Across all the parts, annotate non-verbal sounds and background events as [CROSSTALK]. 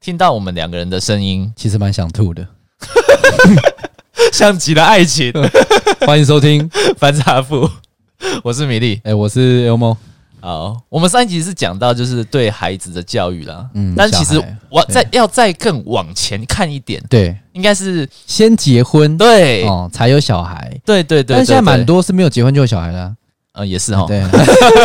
听到我们两个人的声音， [LAUGHS] 其实蛮想吐的。像极了爱情，欢迎收 [LAUGHS] 听， [LAUGHS] 反差富。我是米粒。哎、我是 Elmo，好，我们上一集是讲到就是对孩子的教育啦，嗯但其小实孩我对再要再更往前看一点，对，应该是先结婚对、哦才有小孩，对对对，但是现在对蛮，多是没有结婚就有小孩的啊、对呃，也是哈，对，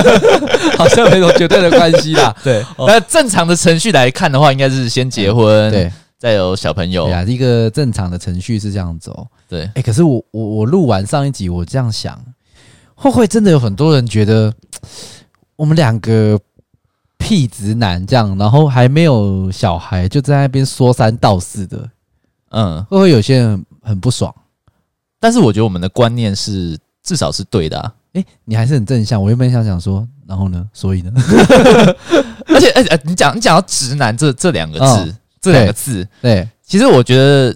[LAUGHS] 好像没有绝 [LAUGHS] 对的关系啦，哦对。那正常的程序来看的话，应该是先结婚，，对，再有小朋友对，啊，一个正常的程序是这样走。对哎、可是我我我录完上一集，我这样想，会不会真的有很多人觉得我们两个屁直男这样，然后还没有小孩就在那边说三道四的，嗯。会不会有些人很很不爽？但是我觉得我们的观念是至少是对的、啊，哎、你还是很正向。我原本想讲说，然后呢，所以呢， [LAUGHS] 而且而且、呃你讲你讲到直男这这两个字，哦这两个字，对其实我觉得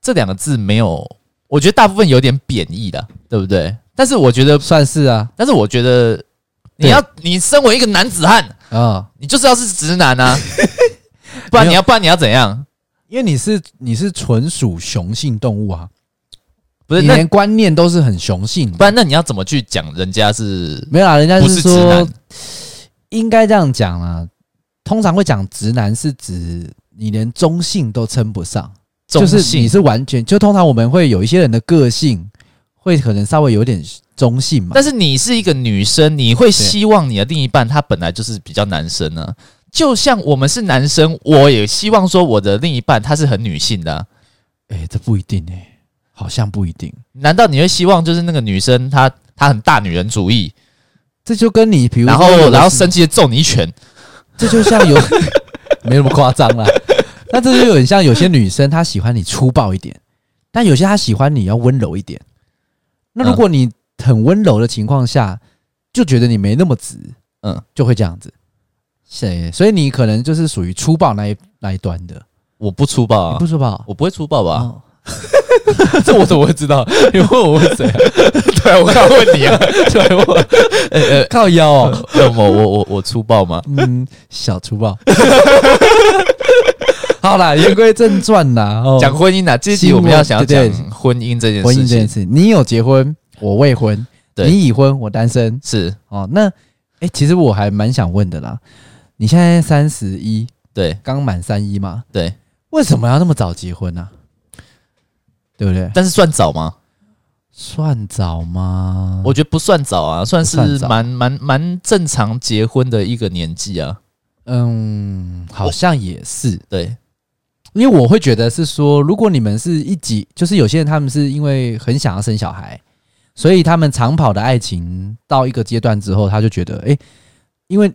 这两个字没有，我觉得大部分有点贬义的，对不对？但是我觉得，算是啊，但是我觉得你对要你身为一个男子汉，啊、你就是要是直男 [LAUGHS] 啊，不然你要不然你要怎样？因为你是你是纯属雄性动物啊，不是你那连观念都是很雄性的不然那你要怎么去讲人家是没有啦，人家不是直说男？应该这样讲啦。通常会讲直男是指你连中性都称不上，中就是你性？是完全就通常我们会有一些人的个性会可能稍微有点中性嘛但，是你是一个女生，你会希望你的另一半他本来就是比较男生呢、就像我们是男生，我也希望说我的另一半他是很女性的啊、哎、这不一定哎、好像不一定。难道你会希望就是那个女生她她很大女人主义，这就跟你，比如说然后有的是然后生气的揍你一拳，这就像有没那么夸张啦，那这就有点像有些女生她喜欢你粗暴一点，但有些她喜欢你要温柔一点。那如果你很温柔的情况下，就觉得你没那么直，嗯嗯，就会这样子。是，所以你可能就是属于粗暴那一那一端的，我不粗暴你啊不，啊粗暴我不会粗暴啊吧？哦 [LAUGHS] 这我怎么会知道？你问我问 [LAUGHS] 谁、啊？对，我刚问你啊， [LAUGHS] 对我，呃呃，靠腰哦，我我我我粗暴吗？嗯，小粗暴。 [LAUGHS] 好啦，言归正传啦，哦，讲婚姻啊，这一集我们要想要对讲对婚姻这件婚姻事这件情，事，你有结婚，我未婚；对你已婚，我单身。是哦，那哎、诶其实我还蛮想问的啦，你现在三十一，对刚满三一嘛，对，为什么要那么早结婚呢、啊？对不对？但是算早吗？算早吗？我觉得不算早啊，算是不算早蛮蛮蛮正常结婚的一个年纪啊。嗯，好像也是，对，因为我会觉得是说，如果你们是一起，就是有些人他们是因为很想要生小孩，所以他们长跑的爱情到一个阶段之后，他就觉得，哎、因为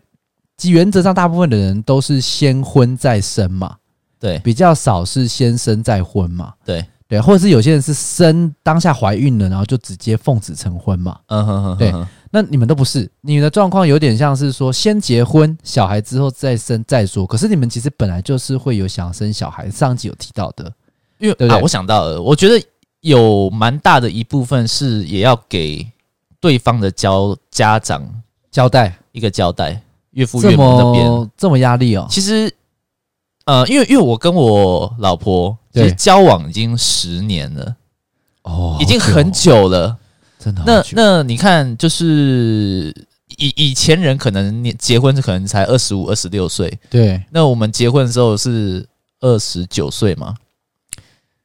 其原则上大部分的人都是先婚再生嘛，对，比较少是先生再婚嘛，对对，或者是有些人是生当下怀孕了，然后就直接奉子成婚嘛。嗯哼哼哼对哼，那你们都不是，你的状况有点像是说先结婚，小孩之后再生再说。可是你们其实本来就是会有想要生小孩，上集有提到的。因为对不啊，对我想到了，我觉得有蛮大的一部分是也要给对方的教家长交代一个交代，岳父这岳母那边。么这么压力哦，其实，呃，因为因为我跟我老婆其实对交往已经十年了，哦已经很，久了。真的那那你看，就是以以前人可能你结婚可能才二十五、二十六岁，对那我们结婚的时候是二十九岁嘛。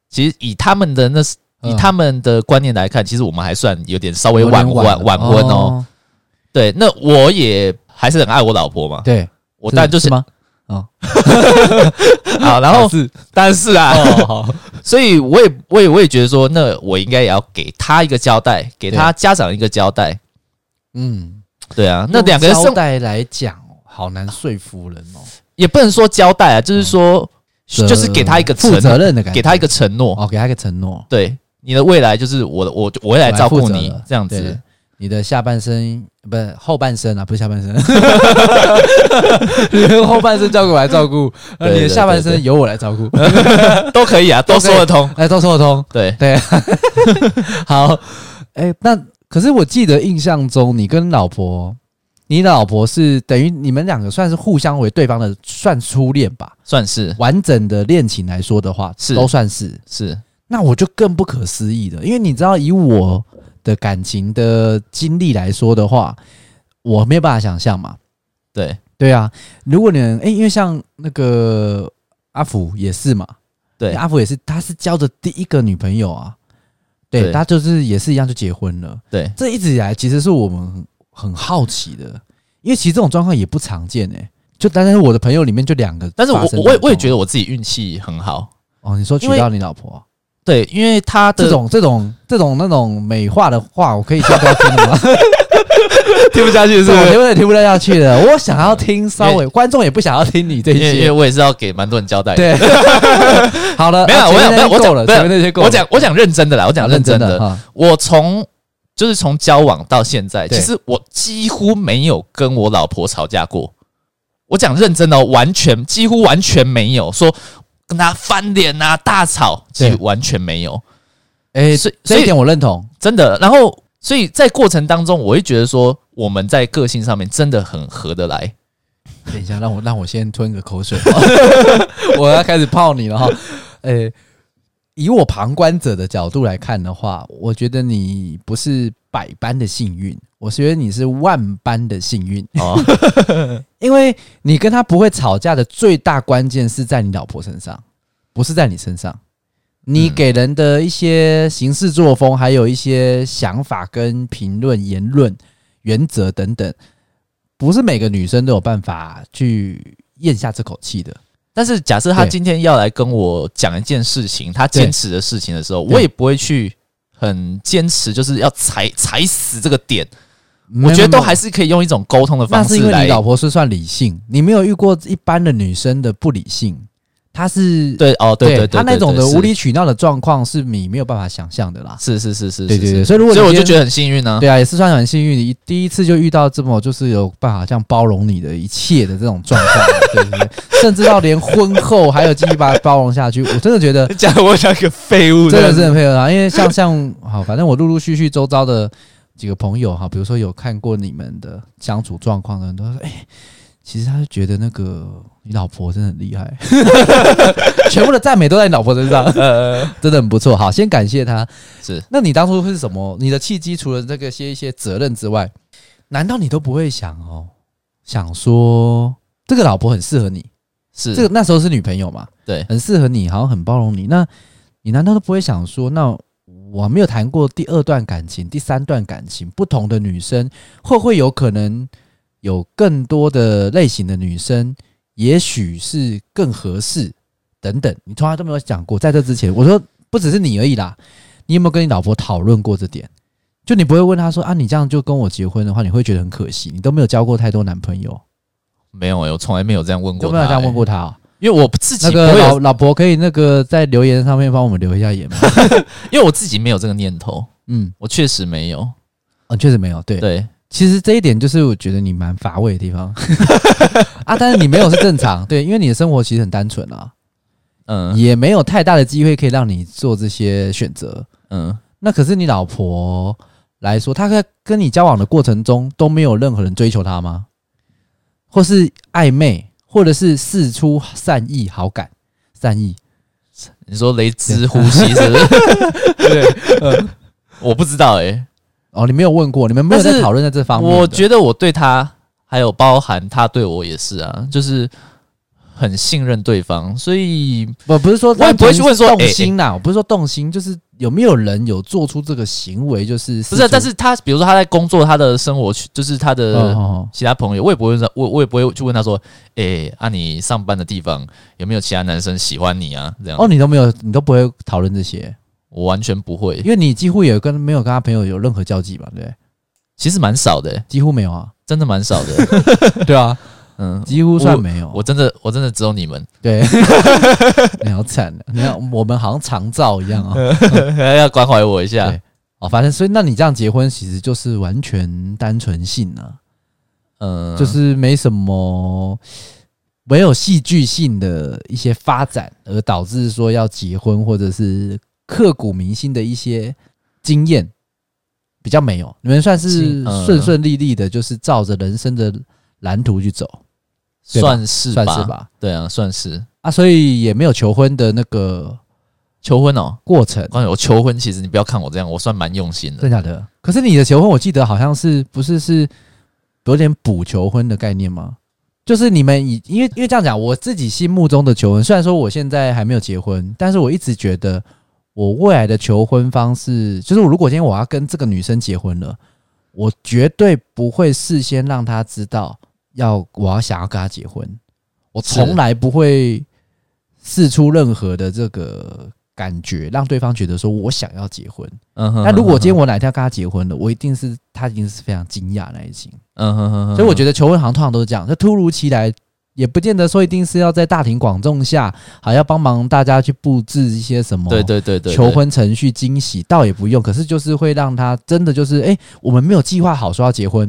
其实以他们的那时嗯以他们的观念来看，其实我们还算有点稍微晚晚晚婚哦。，对，那我也还是很爱我老婆嘛，对，我当然就是哦吗？好，然 [LAUGHS] 后是当然是 [LAUGHS] 啊，哦， [LAUGHS] 所以我也我也我也觉得说，那我应该也要给他一个交代，给他家长一个交代。嗯，对啊，那两个人用交生代来讲哦，好难说服人哦，也不能说交代啊，就是说，就是给他一个嗯负承责任的感觉，给他一个承诺，哦，给他一个承诺，对你的未来就是我的，我我会来照顾我来负责你了这样对子。你的下半身不是后半身啊，不是下 [LAUGHS] 半身，你的后半身交给我来照顾，呃对你的下半对身对由我 [LAUGHS] 来照顾，都可以啊，都都可以说得通。哎，都说得通。对，对，好，哎、那可是我记得印象中，你跟老婆你老婆是等于你们两个算是互相为对方的算初恋吧？算是完整的恋情来说的话，是都算是。是，那我就更不可思议了，因为你知道，以我的感情的经历来说的话，我没有办法想象嘛。对对啊，如果你能诶，因为像那个阿福也是嘛，对阿福也是，他是交的第一个女朋友啊，对对他就是也是一样就结婚了。对，这一直以来其实是我们很很好奇的，因为其实这种状况也不常见诶、就但是我的朋友里面就两个发但是生我这种状况，我也我也觉得我自己运气很好，哦，你说娶因为到你老婆啊、对，因为他的这种这种这种那种美化的话，我可以听不 [LAUGHS] 听的吗？听不下去这种我有点听不下去了。我想要听稍因微，观众也不想要听你这因为因为些。我也是要给蛮多人交代的。对， [LAUGHS] 好了，没有啊我前面讲没那有些够我讲了，没有前面那些够了。我讲我讲认真的啦，我讲啊认真的，哈我从就是从交往到现在，对其实我几乎没有跟我老婆吵架过。我讲认真的、哦，完全几乎完全没有说跟她翻脸啊、大吵，对几乎完全没有，哎，所以这所以一点我认同。真的。然后，所以在过程当中，我会觉得说我们在个性上面真的很合得来。等一下，让我让我先吞个 [LAUGHS] 口水，我要开始泡你了哈。呃，以我旁观者的角度来看的话，我觉得你不是百般的幸运，我觉得你是万般的幸运。哦，因为你跟他不会吵架的最大关键是在你老婆身上，不是在你身上。你嗯给人的一些行事作风，还有一些想法跟评论、言论、原则等等，不是每个女生都有办法去咽下这口气的。但是假设她对今天要来跟我讲一件事情，她对坚持的事情的时候，对我也不会去很坚持，就是要踩踩死这个点。没有我觉得没有都还是可以用一种沟通的那方是式因为来你。老婆是算理性，你没有遇过一般的女生的不理性，她是对哦，对对，她那种的对无理取闹的状况是你没有办法想象的啦。是是是是，对是对是对，所以如果所以你我今就天觉得很幸运呢。对啊，也是算很幸运，你第一次就遇到这么就是有办法这样包容你的一切的这种状况，对对对，甚至到连婚后还有继续把它包容下去，我真的觉 [LAUGHS] 得 [LAUGHS] 讲得我像个废物真的样是子很佩服啊他，因为像像好，反正我陆陆续续周遭的几个朋友哈，比如说有看过你们的相处状况的人都说，哎、其实他就觉得那个你老婆真的很厉害， [LAUGHS] 全部的赞美都在你老婆身上，真的很不错。好，先感谢他，是那你当初是什么？你的契机除了这个些一些责任之外，难道你都不会想哦？想说这个老婆很适合你，是这个那时候是女朋友嘛，对很适合你，好像很包容你。那你难道都不会想说，那我没有谈过第二段感情、第三段感情，不同的女生会不会有可能有更多的类型的女生，也许是更合适等等？你从来都没有想过，在这之前，我说不只是你而已啦，你有没有跟你老婆讨论过这点？就你不会问她说啊，你这样就跟我结婚的话，你会觉得很可惜，你都没有交过太多男朋友，没有，我啊从来没有这样问你过都他，欸没有这样问过她、哦。因为我自己那不个会老有，老婆可以那个在留言上面帮我们留一下言 [LAUGHS] 吗？因为我自己没有这个念头，嗯，我确实没有。啊，确实没有。对，对，其实这一点就是我觉得你蛮乏味的 [LAUGHS] 地方啊，但是你没有是正常，对，因为你的生活其实很单纯啊，嗯也没有太大的机会可以让你做这些选择。嗯，那可是你老婆来说，她在跟你交往的过程中都没有任何人追求她吗？或是暧昧，或者是示出善意、好感、善意？你说雷之呼吸是不是？ [LAUGHS] 嗯对，我不知道哎，哦，你没有问过，你们没有但在是讨论在这方面的。我觉得我对他，还有包含他对我也是啊，就是很信任对方，所以我不是说我也不会去问说动心啦，我不是说动心，就是有没有人有做出这个行为，就是不是啊、四处但是呃他比如说他在工作，他的生活去就是他哦的哦其他朋友，我也不会说，我我也不会去问他说，诶、啊，你上班的地方有没有其他男生喜欢你啊？这样，哦，哦你都没有，你都不会讨论这些，我完全不会因，为你几乎也跟没有跟他朋友有任何交集嘛，对不对，其实蛮少的、欸几乎没有啊，真的蛮少的， [LAUGHS] 对啊，嗯，几乎算没有，我真的我真的只有你们， [LAUGHS] 对， [LAUGHS] 你好惨啊，你看我们好像长照一样啊，嗯要关怀我一下对，哦，反正所以那你这样结婚其实就是完全单纯性啊，嗯，就是没什么没有戏剧性的一些发展，而导致说要结婚或者是刻骨铭心的一些经验，比较没有，你们算是嗯嗯顺顺利利的，就是照着人生的蓝图去走，对吧算是算是？吧？对啊，算是啊，所以也没有求婚的那个求婚哦。过程，关于我求婚，其实你不要看我这样，我算蛮用心的。真假的？可是你的求婚，我记得好像是不是是有点补求婚的概念吗？就是你们以因为因为这样讲，我自己心目中的求婚，虽然说我现在还没有结婚，但是我一直觉得我未来的求婚方式，就是我如果今天我要跟这个女生结婚了，我绝对不会事先让她知道要我要想要跟她结婚，我从来不会试出任何的这个感觉，让对方觉得说我想要结婚。嗯哼那如果今天我，我哪天要跟他结婚了，我一定是他一定是非常惊讶那一型。嗯哼哼哼，所以我觉得求婚好像通常都是这样，就突如其来，也不见得说一定是要在大庭广众下，还要帮忙大家去布置一些什么。对对对对，对求婚程序惊喜倒也不用，可是就是会让他真的就是，哎、我们没有计划好说要结婚，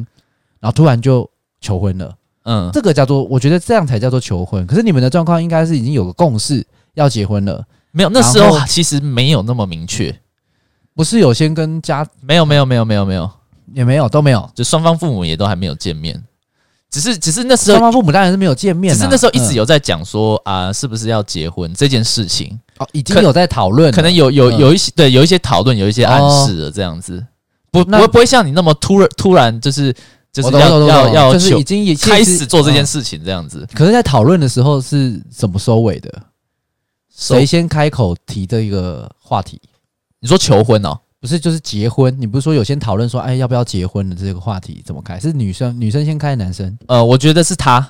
然后突然就求婚了，嗯这个叫做，我觉得这样才叫做求婚。可是你们的状况应该是已经有个共识要结婚了，没有，那时然候后其实没有那么明确，不是有先跟家没有没有没有没有没有，也没有都没有，就双方父母也都还没有见面，只是只是那时双候，方父母当然是没有见面、只啊，是那时候一直嗯有在讲说啊，是不是要结婚这件事情，哦，已经可有在讨论了，可能有有嗯哦有一些对有一些讨论，有一些暗示的这样子，不不那会不会像你那么突然突然就是就是我懂我要懂我要懂要就是嗯求已经也开始做这件事。事情这样子，可是，在讨论的时候是怎么收尾的？所谁以先开口提这个话题？你说求婚哦，不是，就是结婚。你不是说有先讨论说，哎，要不要结婚的这个话题怎么开？是女生女生先开，男生呃，我觉得是他，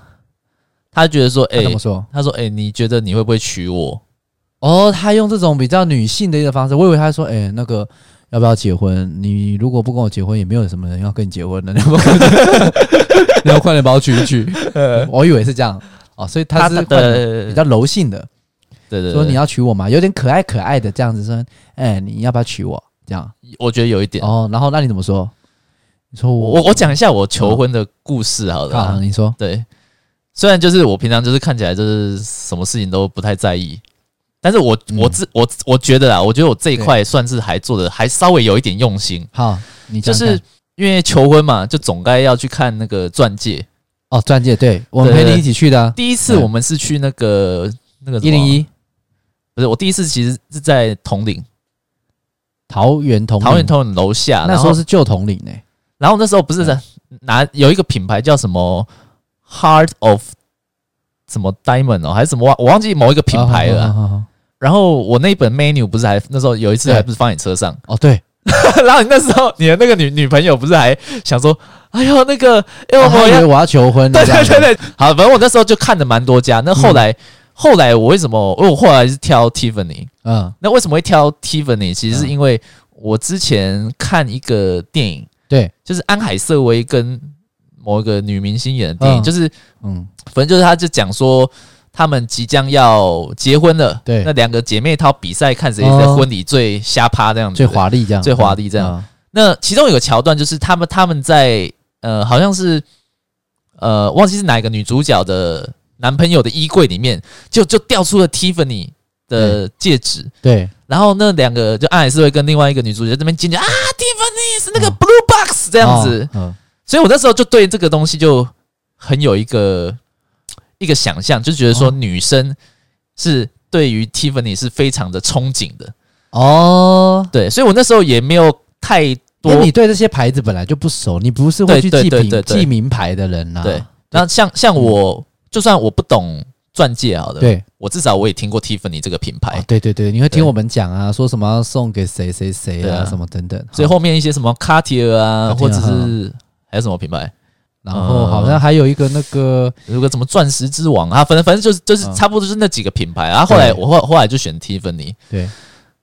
他觉得说，他哎怎，么说？他说，哎，你觉得你会不会娶我？哦，他用这种比较女性的一个方式，我以为他说，哎，那个要不要结婚？你如果不跟我结婚，也没有什么人要跟你结婚的，你 [LAUGHS] 要不要你要快点把我娶 [LAUGHS] 一娶。我以为是这样哦，所以他是呃的换成比较柔性的。对对，说对你要娶我吗？有点可爱可爱的这样子说，哎、你要不要娶我？这样我觉得有一点。哦，然后那你怎么说？你说我我我讲一下我求婚的故事好了啊、好，你说对，虽然就是我平常就是看起来就是什么事情都不太在意，但是我、嗯我自我我觉得啊，我觉得我这一块算是还做的还稍微有一点用心，好，你就讲讲是因为求婚嘛，就总该要去看那个钻戒。哦，钻戒，对我们陪对对你一起去的啊，第一次我们是去那个、那个什一么零，一不是我第一次其实是在铜陵桃园同桃园同，铜陵楼下，那然时后候是嗯旧统领呢、然后那时候不是在拿有一个品牌叫什么 Heart of 什么 Diamond 哦，还是什么忘我忘记某一个品牌了啊、哦好好好好然后我那一本 menu 不是还那时候有一次对还不是放你车上， [LAUGHS] 哦，对，然后你那时候你的那个女女朋友不是还想说，哎呦那个，哎呦哦他我以要为我要求婚 [LAUGHS] 了，对这样对子对对，好，反正我那时候就看的蛮多家。那后嗯来、后来我为什么，因为我后来是挑 Tiffany，嗯，那为什么会挑 Tiffany？其实是嗯因为我之前看一个电影，对，就是安海瑟薇跟某一个女明星演的电影，嗯就是嗯，反正就是他就讲说他们即将要结婚了，对那两个姐妹淘比赛看谁在婚礼最瞎趴这样子，最华丽这样，嗯最华丽这样嗯，那其中有个桥段就是他们他们在呃好像是呃忘记是哪一个女主角的男朋友的衣柜里面，就就掉出了 Tiffany 的戒指。对，然后那两个就安海瑟薇跟另外一个女主角这边尖叫啊，Tiffany 是那个嗯 Blue Box 这这样子，嗯，所以我那时候就对这个东西就很有一个一个想象，就觉得说哦女生是对于 Tiffany 是非常的憧憬的，哦，对，所以我那时候也没有太多那。你对这些牌子本来就不熟，你不是会对去对记对品对对记名牌的人呐、啊对，那像像我，就算我不懂钻戒好了，嗯对，我至少我也听过 Tiffany 这个品牌哦，，对对对，你会哎对听我们讲啊，说什么要送给谁谁谁对啊，啊什么等等。所以好，后面一些什么 Cartier 啊， Cartier，或者嗯是还有什么品牌，然嗯后好像还有一个那 [LAUGHS] 个，如果什么钻石之王啊，反正反正就是就是嗯差不多就是那几个品牌啊。后来对我后后来就选 Tiffany，对，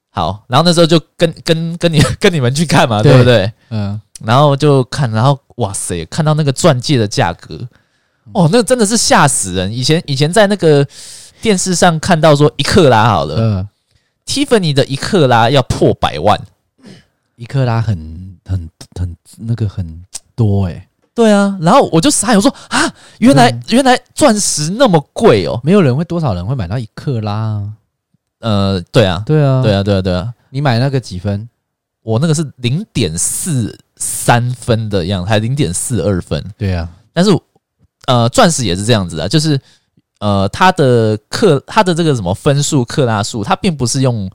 好，然后那时候就跟跟跟你跟你们去看嘛，对对不对？嗯，然后就看，然后哇塞，看到那个钻戒的价格，哦，那真的是吓死人！以前以前在那个电视上看到说一克拉好了，呃， Tiffany 的一克拉要破百万，一克拉很很很那个很多哎、对啊，然后我就傻眼，我说啊，原来、嗯原来钻石那么贵哦，没有人会多少人会买到一克拉、啊？呃，对啊，对啊，对啊，啊，对啊，对啊，你买那个几分？我那个是零点四三分的样子，还零点四二分。对啊，但是呃，钻石也是这样子啊，就是呃，它的克它的这个什么分数克拉数，它并不是用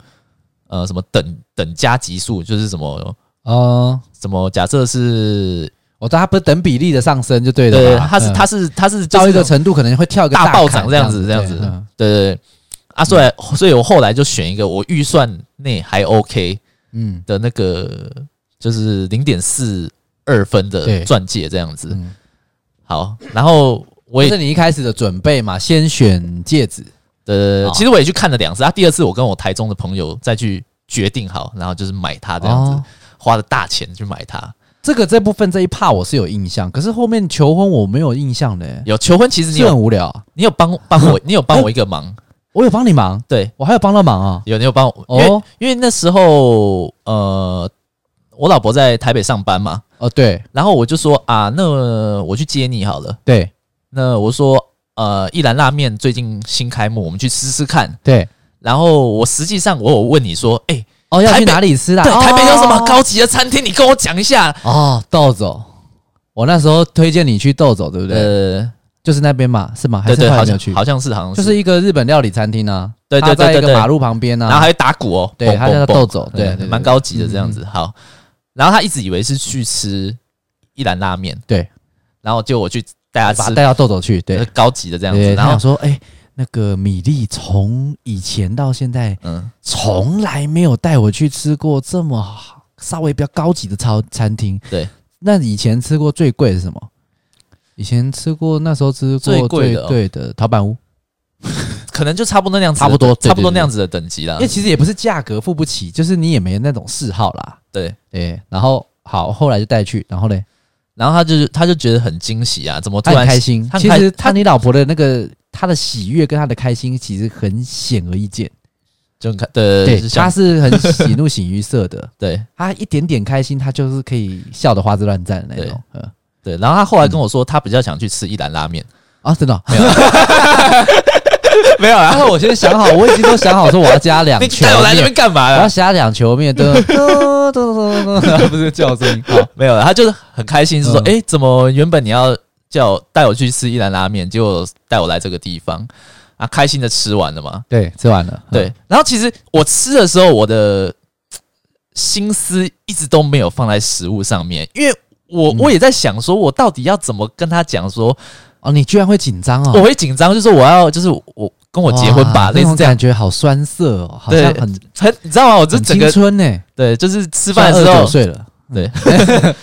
呃什么等等加级数，就是什么哦，什么假设是我知道它不是等比例的上升就对了对，嘛，它是嗯它是它是就是到一个那种程度可能会跳一个大暴坎涨这样子这样对子嗯对对对啊，所以所以我后来就选一个我预算内还 OK 嗯的那个，就是零点四二分的对钻戒这样子。嗯，好，然后我也就是你一开始的准备嘛，先选戒指，呃，哦其实我也去看了两次。啊，第二次我跟我台中的朋友再去决定好，然后就是买它这样子，哦花了大钱去买它。这个这部分这一 part 我是有印象，可是后面求婚我没有印象嘞、有求婚，其实你是很有无聊啊。你有帮帮 [LAUGHS] 我，你有帮我一个忙，我有帮你忙，对，我还有帮到忙啊。有你有帮我，因为、哦因为那时候呃，我老婆在台北上班嘛，哦，对然后我就说啊，那我去接你好了。对那我说呃，一兰拉面最近新开幕，我们去吃吃看。对，然后我实际上我有问你说，哎、哦，要台去北哪里吃啦？对，哦台北有什么高级的餐厅？你跟我讲一下。哦，豆走。我那时候推荐你去豆走，对不对？呃，就是那边嘛，是吗？还对是对，还好没有像去？好像是好像，就是是一个日本料理餐厅啊，对对它在对一对对个马路旁边啊，然后还会打鼓哦，对，嘣它叫嘣它嘣豆走，对，嗯对蛮。高级的这样子。好，然后他一直以为是去吃一兰拉面，对，然后就我去带他对把它吃呃带到豆走去，对，高级的这样子，对，然他想后说，哎、那个米粒从以前到现在，嗯，从来没有带我去吃过这么好稍微比较高级的超餐厅。对，那以前吃过最贵的是什么？以前吃过那时候吃过最贵的哦对的陶板屋，可能就差不多那样子的，差不多对差不多对对那样子的等级啦因为。其实也不是价格付不起，就是你也没那种嗜好啦。对，对，然后好，后来就带去，然后嘞，然后他就是他就觉得很惊喜啊，怎么突他然很开心。他很其开实他你老婆的那个她的喜悦跟她的开心，其实很显而易见。就很开对对就，她像是很喜怒形于色的。 [LAUGHS] 对他一点点开心，他就是可以笑得花枝乱颤的那种。嗯对，然后他后来跟我说，他比较想去吃一兰拉面，啊，真的哦、没有然啦，啊后我先想好，我已经都想好说我要加 [LAUGHS] 两你球带我来这面边，干嘛啊我要啦？加两球面，噔噔噔噔噔噔，不是叫声音。好，没有啊啦，他就是很开心，是说，嗯哎，怎么原本你要叫我带我去吃一兰拉面，结果带我来这个地方啊，开心的吃完了嘛，对，吃完了。对，然后其实我吃的时候，我的心思一直都没有放在食物上面，因为我、我也在想，说我到底要怎么跟他讲，说嗯哦，你居然会紧张我哦。会紧张，就说我要就是我跟我结婚吧，哇类那似种这样，感觉好酸涩哦，好对像很很你知道吗？我这很整青个春呢。对，就是吃饭的时29候，岁了，对，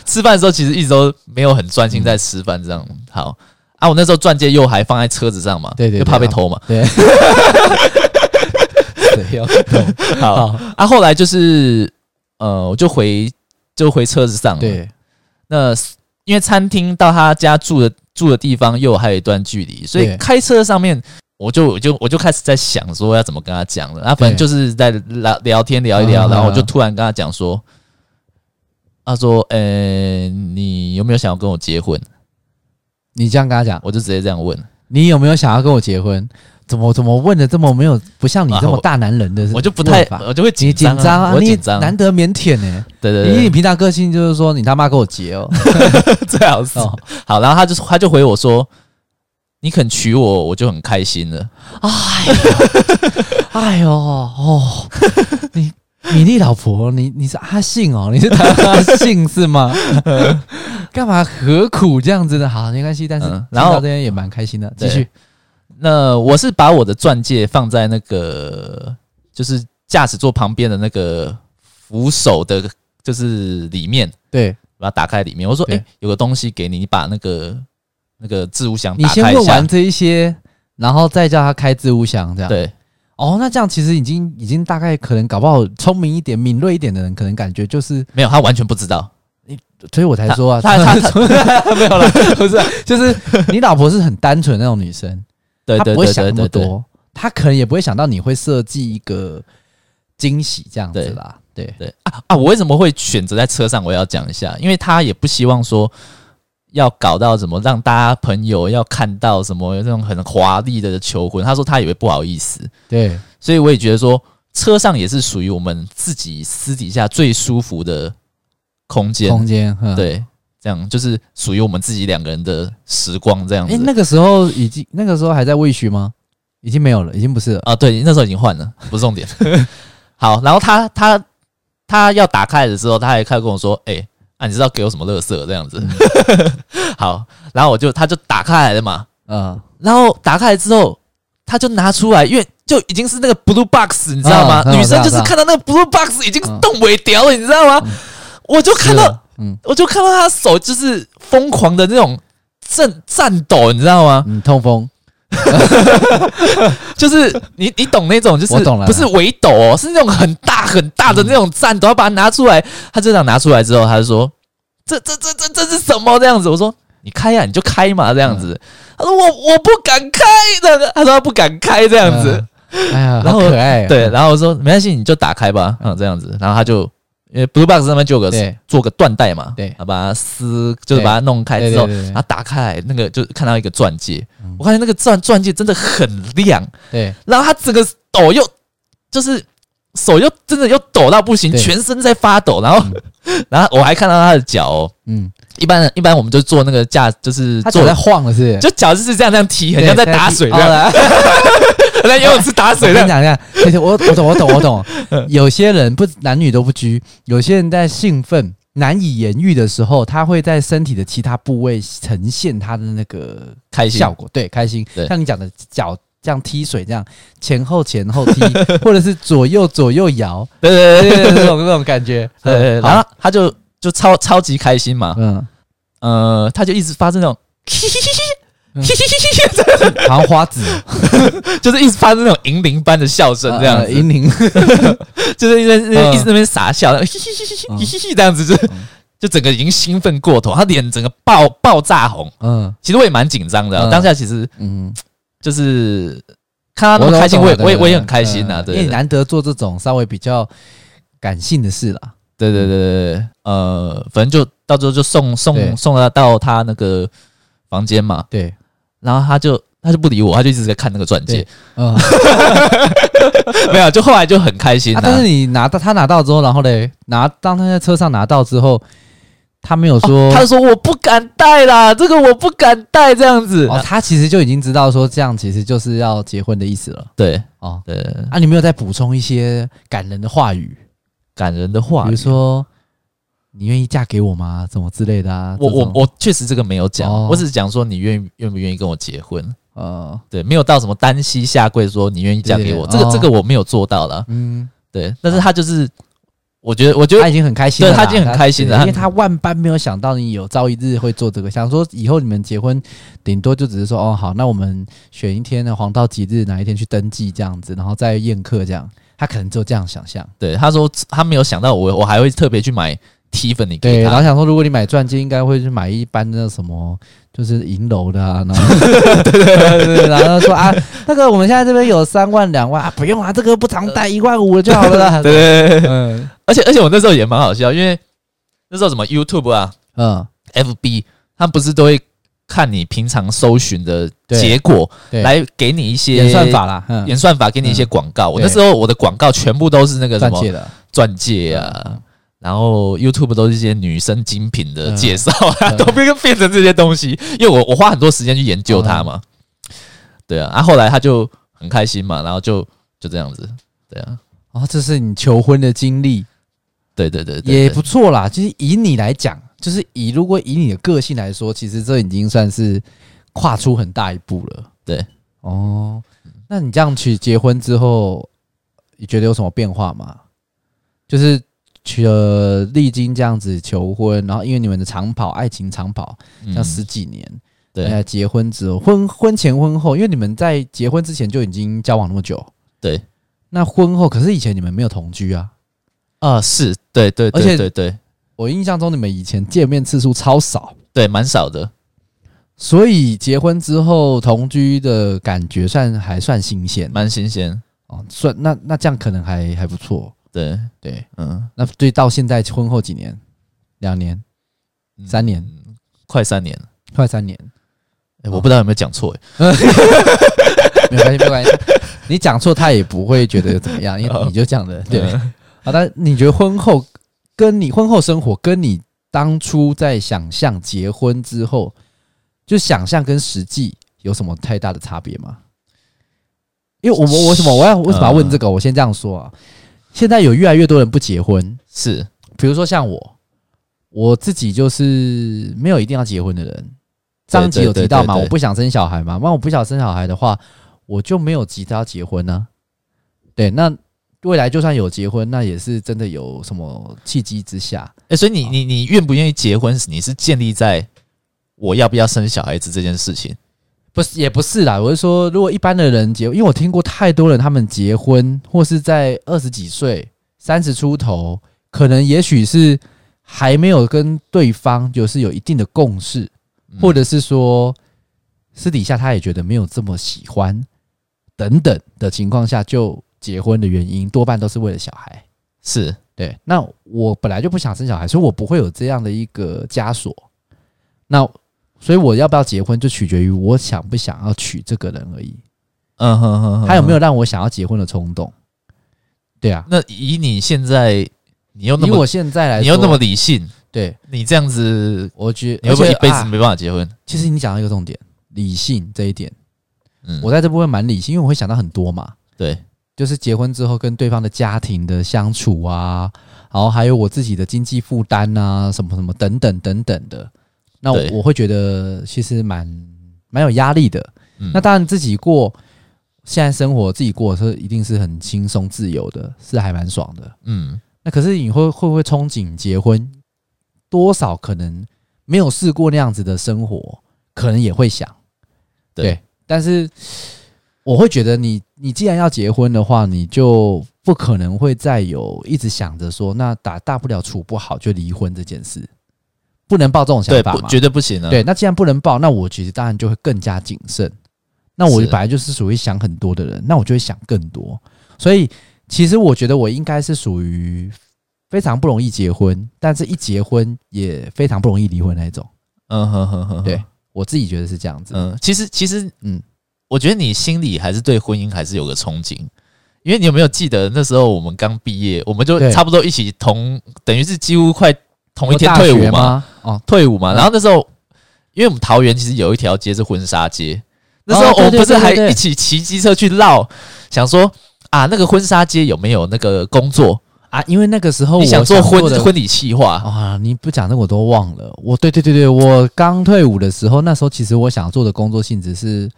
吃饭的时候其实一直都没有很专心嗯在吃饭这样。好啊，我那时候钻戒又还放在车子上嘛，对对对就怕被偷嘛。 [LAUGHS] 对。对，要懂好好啊，后来就是呃，我就回就回车子上了。对，那因为餐厅到他家住的住的地方又还有一段距离，所以对开车上面我就我就我就开始在想说要怎么跟他讲了。啊，反正对就是在聊聊天聊一嗯聊，嗯然后我嗯就突然跟他讲说，他说：“呃、你有没有想要跟我结婚你这样跟他讲？”，我就直接这样问，你有没有想要跟我结婚？怎么怎么问的这么没有不像你这啊么我大男人的问法？我就不太我就会紧你紧张啊，啊，我你紧张，难得腼腆呢。对对因为对，你平常个性就是说你他妈跟我结哦， [LAUGHS] 最好是哦好，然后他就他就回我说：“你肯娶我，我就很开心了。” [LAUGHS] 哎呦 [LAUGHS] 哦，你米粒老婆，你你是阿信哦，你是他阿信是吗？ [LAUGHS] 干嘛何苦这样子呢？好，没关系，但是嗯听然后到这边也蛮开心的，继续那我是把我的钻戒放在那个就是驾驶座旁边的那个扶手的，就是里面，对。把它打开里面。我说：“哎、对有个东西给你，你把那个那个置物箱你打先开一问下完。这一些，然后再叫他开置物箱，这”样。对哦，那这样其实已经已经大概可能搞不好聪明一点、敏锐一点的人，可能感觉就是，没有，他完全不知道。所以我才说啊，他他他 [LAUGHS] 没有了，不是啊， [LAUGHS] 就是你老婆是很单纯的那种女生，对她对不会对想对那么对对多，她可能也不会想到你会设计一个惊喜这样子啦，对对啊啊！我为什么会选择在车上？我也要讲一下，因为他也不希望说要搞到什么让大家朋友要看到什么那种很华丽的求婚。他说他以为不好意思。对所以我也觉得说，车上也是属于我们自己私底下最舒服的空间，空间，嗯，对，这样就是属于我们自己两个人的时光这样子。哎、那个时候已经，那个时候还在未许吗？已经没有了，已经不是了。啊，对，那时候已经 [LAUGHS] 换了，不是重点。 [LAUGHS] 好，然后他他他要打开的时候，他还开始跟我说：“哎、啊，你知道给我什么乐色这样子。 [LAUGHS] 好，然后我就他就打开来了嘛，嗯，然后打开来之后，他就拿出来，因为就已经是那个 blue box，你知道吗？嗯嗯女生我知道嗯就是看到那个 blue box 已经动尾屌了，你知道吗？我就看是到了，嗯我就看到他手就是疯狂的那种震颤抖，你知道吗？嗯，痛风，就是你你懂那种，就是我懂了不是围抖哦，是那种很大很大的那种战斗，要把它拿出来。他这样拿出来之后，他就说：“这这这这这是什么？”这样子，我说：“你开呀、你就开嘛。”这样子，嗯他说：“我我不敢开。”这样子，他说他不敢开这这样子。，哎呀，然后好可爱、啊，对，然后我说：“没关系，你就打开吧。”嗯，这样子，然后他就。因为 Blue Box 上面就有个对做个缎带嘛，对啊，把它撕，就是把它弄开对之后，对对对然后打开来，那个就看到一个钻戒，我看见那个钻钻戒真的很亮，对，然后他整个抖又就是手又真的又抖到不行，对全身在发抖。然后， [LAUGHS] 然后我还看到他的脚、哦，嗯，一般人一般我们就做那个架，就是他做脚在晃了是不是？就脚就是这样这样踢，很对像在打水这样，哦来 [LAUGHS] 在游泳池打水我这跟样。你讲一下，其实我我懂我懂我懂，有些人不男女都不拘，有些人在兴奋难以言喻的时候，他会在身体的其他部位呈现他的那个开心效果，对，开心对。像你讲的脚这样踢水，这样前后前后踢，或者是左右左右摇， [LAUGHS] 对对对对对对对对，这对种这种感觉。对 [LAUGHS] 对，嗯好然后他就就超超级开心嘛，嗯，呃，他就一直发出那种嘻嘻嘻嘻。嘻嘻嘻嘻嘻，好像花子就是一直发出那种银铃般的笑声，这样呃子，银铃，就是一直嗯一直那边傻笑，嘻嘻嘻嘻嘻嘻嘻这样子，就是嗯就整个已经兴奋过头，他脸整个爆爆炸红。嗯其实我也蛮紧张的啊，嗯当下其实嗯，就是看他那么开心，懂我了也我也对我也很开心啊呐。嗯对因对为你难得做这种稍微比较感性的事啦。对对对对，呃，反正就到最后就送送对送他到他那个房间嘛，对，然后他就他就不理我，他就一直在看那个钻戒，嗯，没有，就后来就很开心啊啊。但是你拿到他拿到之后，然后嘞，拿当他在车上拿到之后，他没有说，哦他就说我不敢戴啦，这个我不敢戴这样子。哦，他其实就已经知道说这样其实就是要结婚的意思了。对哦，对，啊，你没有再补充一些感人的话语，感人的话比语如说你愿意嫁给我吗？怎么之类的啊？我这种我我确实这个没有讲，哦我只是讲说你愿意愿不愿意跟我结婚，呃对，没有到什么单膝下跪说你愿意嫁给我，这对对对个、哦这个我没有做到啦。嗯，对，但是他就是，我觉得我觉他得已经很开心了啦，对他已经很开心了对因为他他万般没有想到你有朝一日会做这个，想说以后你们结婚，顶多就只是说哦好，那我们选一天的黄道吉日哪一天去登记这样子，然后再宴客这样，他可能只有这样想象。对他说他没有想到我我还会特别去买 Tiffany 对，给然他后，想说如果你买钻戒，应该会去买一般的什么，就是银楼的啊，然 [LAUGHS] 后对对对，然后说啊，那个我们现在这边有三万两万啊，不用啊，这个不常戴一万五就好了啦。对对对对，嗯而且而且我那时候也蛮好笑，因为那时候什么 YouTube 啊、嗯， FB，他们不是都会看你平常搜寻的对结果对，来给你一些演算法。啦，嗯，演算法给你一些广告，我那对时候我的广告全部都是那个什钻么戒的。钻戒啊，然后 YouTube 都是一些女生精品的介绍啊，嗯 [LAUGHS] 都变变成这些东西，因为我我花很多时间去研究它嘛。对啊，啊后来他就很开心嘛，然后就就这样子，对啊，哦，这是你求婚的经历，对对对对也对不错啦。就是以你来讲，就是以如果以你的个性来说，其实这已经算是跨出很大一步了。对，哦，那你这样去结婚之后，你觉得有什么变化吗？就是去呃历经这样子求婚，然后因为你们的长跑爱情长跑，嗯要十几年，对那结婚之后，婚婚前婚后，因为你们在结婚之前就已经交往那么久，对，那婚后可是以前你们没有同居啊。啊是，对对而对且对对我印象中你们以前见面次数超少，对，蛮少的，所以结婚之后同居的感觉算还算新鲜蛮新鲜，哦，算那那这样可能还还不错。对，对，嗯，那对到现在婚后几年，两年、嗯三年，快三年了，快三年，哎我不知道有没有讲错，哎没有关系，没有关系。你讲错他也不会觉得怎么样，因为你就这样的对。嗯好，但你觉得婚后跟你婚后生活跟你当初在想象结婚之后，就想象跟实际有什么太大的差别吗？因为我我我什么我要为什么要问这个？我先这样说啊，现在有越来越多人不结婚，是比如说像我，我自己就是没有一定要结婚的人。上集有提到对嘛，对对对对我不想生小孩嘛，那我不想生小孩的话，我就没有急着要结婚呢、对，那未来就算有结婚，那也是真的有什么契机之下，哎、所以你你你愿不愿意结婚，你是建立在我要不要生小孩子这件事情。不是也不是啦。我是说，如果一般的人结，因为我听过太多人他们结婚，或是在二十几岁、三十出头，可能也许是还没有跟对方就是有一定的共识，嗯或者是说私底下他也觉得没有这么喜欢，等等的情况下就结婚的原因，多半都是为了小孩。是对，那我本来就不想生小孩，所以我不会有这样的一个枷锁。那所以我要不要结婚，就取决于我想不想要娶这个人而已。嗯哼哼哼，他有有？没有让我想要结婚的冲动？对啊，那以你现在，你又那以么我现在来说，你又那么理性，对，你这样子，我觉你会不会而一且辈子啊没办法结婚？其实你讲到一个重点，理性这一点，嗯，我在这部分蛮理性，因为我会想到很多嘛。对，就是结婚之后跟对方的家庭的相处啊，然后还有我自己的经济负担啊，什么什么等等等等的，那我对我会觉得其实蛮蛮有压力的。嗯那当然自己过现在生活自己过是一定是很轻松自由的，是还蛮爽的。嗯，那可是你会会不会憧憬结婚？多少可能没有试过那样子的生活，可能也会想。对但是我会觉得你，你既然要结婚的话，你就不可能会再有一直想着说，那打大不了处不好就离婚这件事，不能抱这种想对，法不嘛。绝对不行啊。对，那既然不能报，那我其实当然就会更加谨慎。那我是本来就是属于想很多的人，那我就会想更多。所以其实我觉得我应该是属于非常不容易结婚，但是一结婚也非常不容易离婚那一种。嗯哼哼哼，对，我自己觉得是这样子。嗯，其实其实，嗯嗯，我觉得你心里还是对婚姻还是有个憧憬，因为你有没有记得那时候我们刚毕业，我们就对差不多一起同，等于是几乎快同一我天大退伍学嘛，吗？哦，退伍嘛。嗯然后那时候，因为我们桃园其实有一条街是婚纱街，那时候哦我们对不对是对对还对一起骑机车去绕，想说啊，那个婚纱街有没有那个工作？啊，因为那个时候你我想做婚的婚礼企划？啊，你不讲这个我都忘了。我对对对对，我刚退伍的时候，那时候其实我想做的工作性质是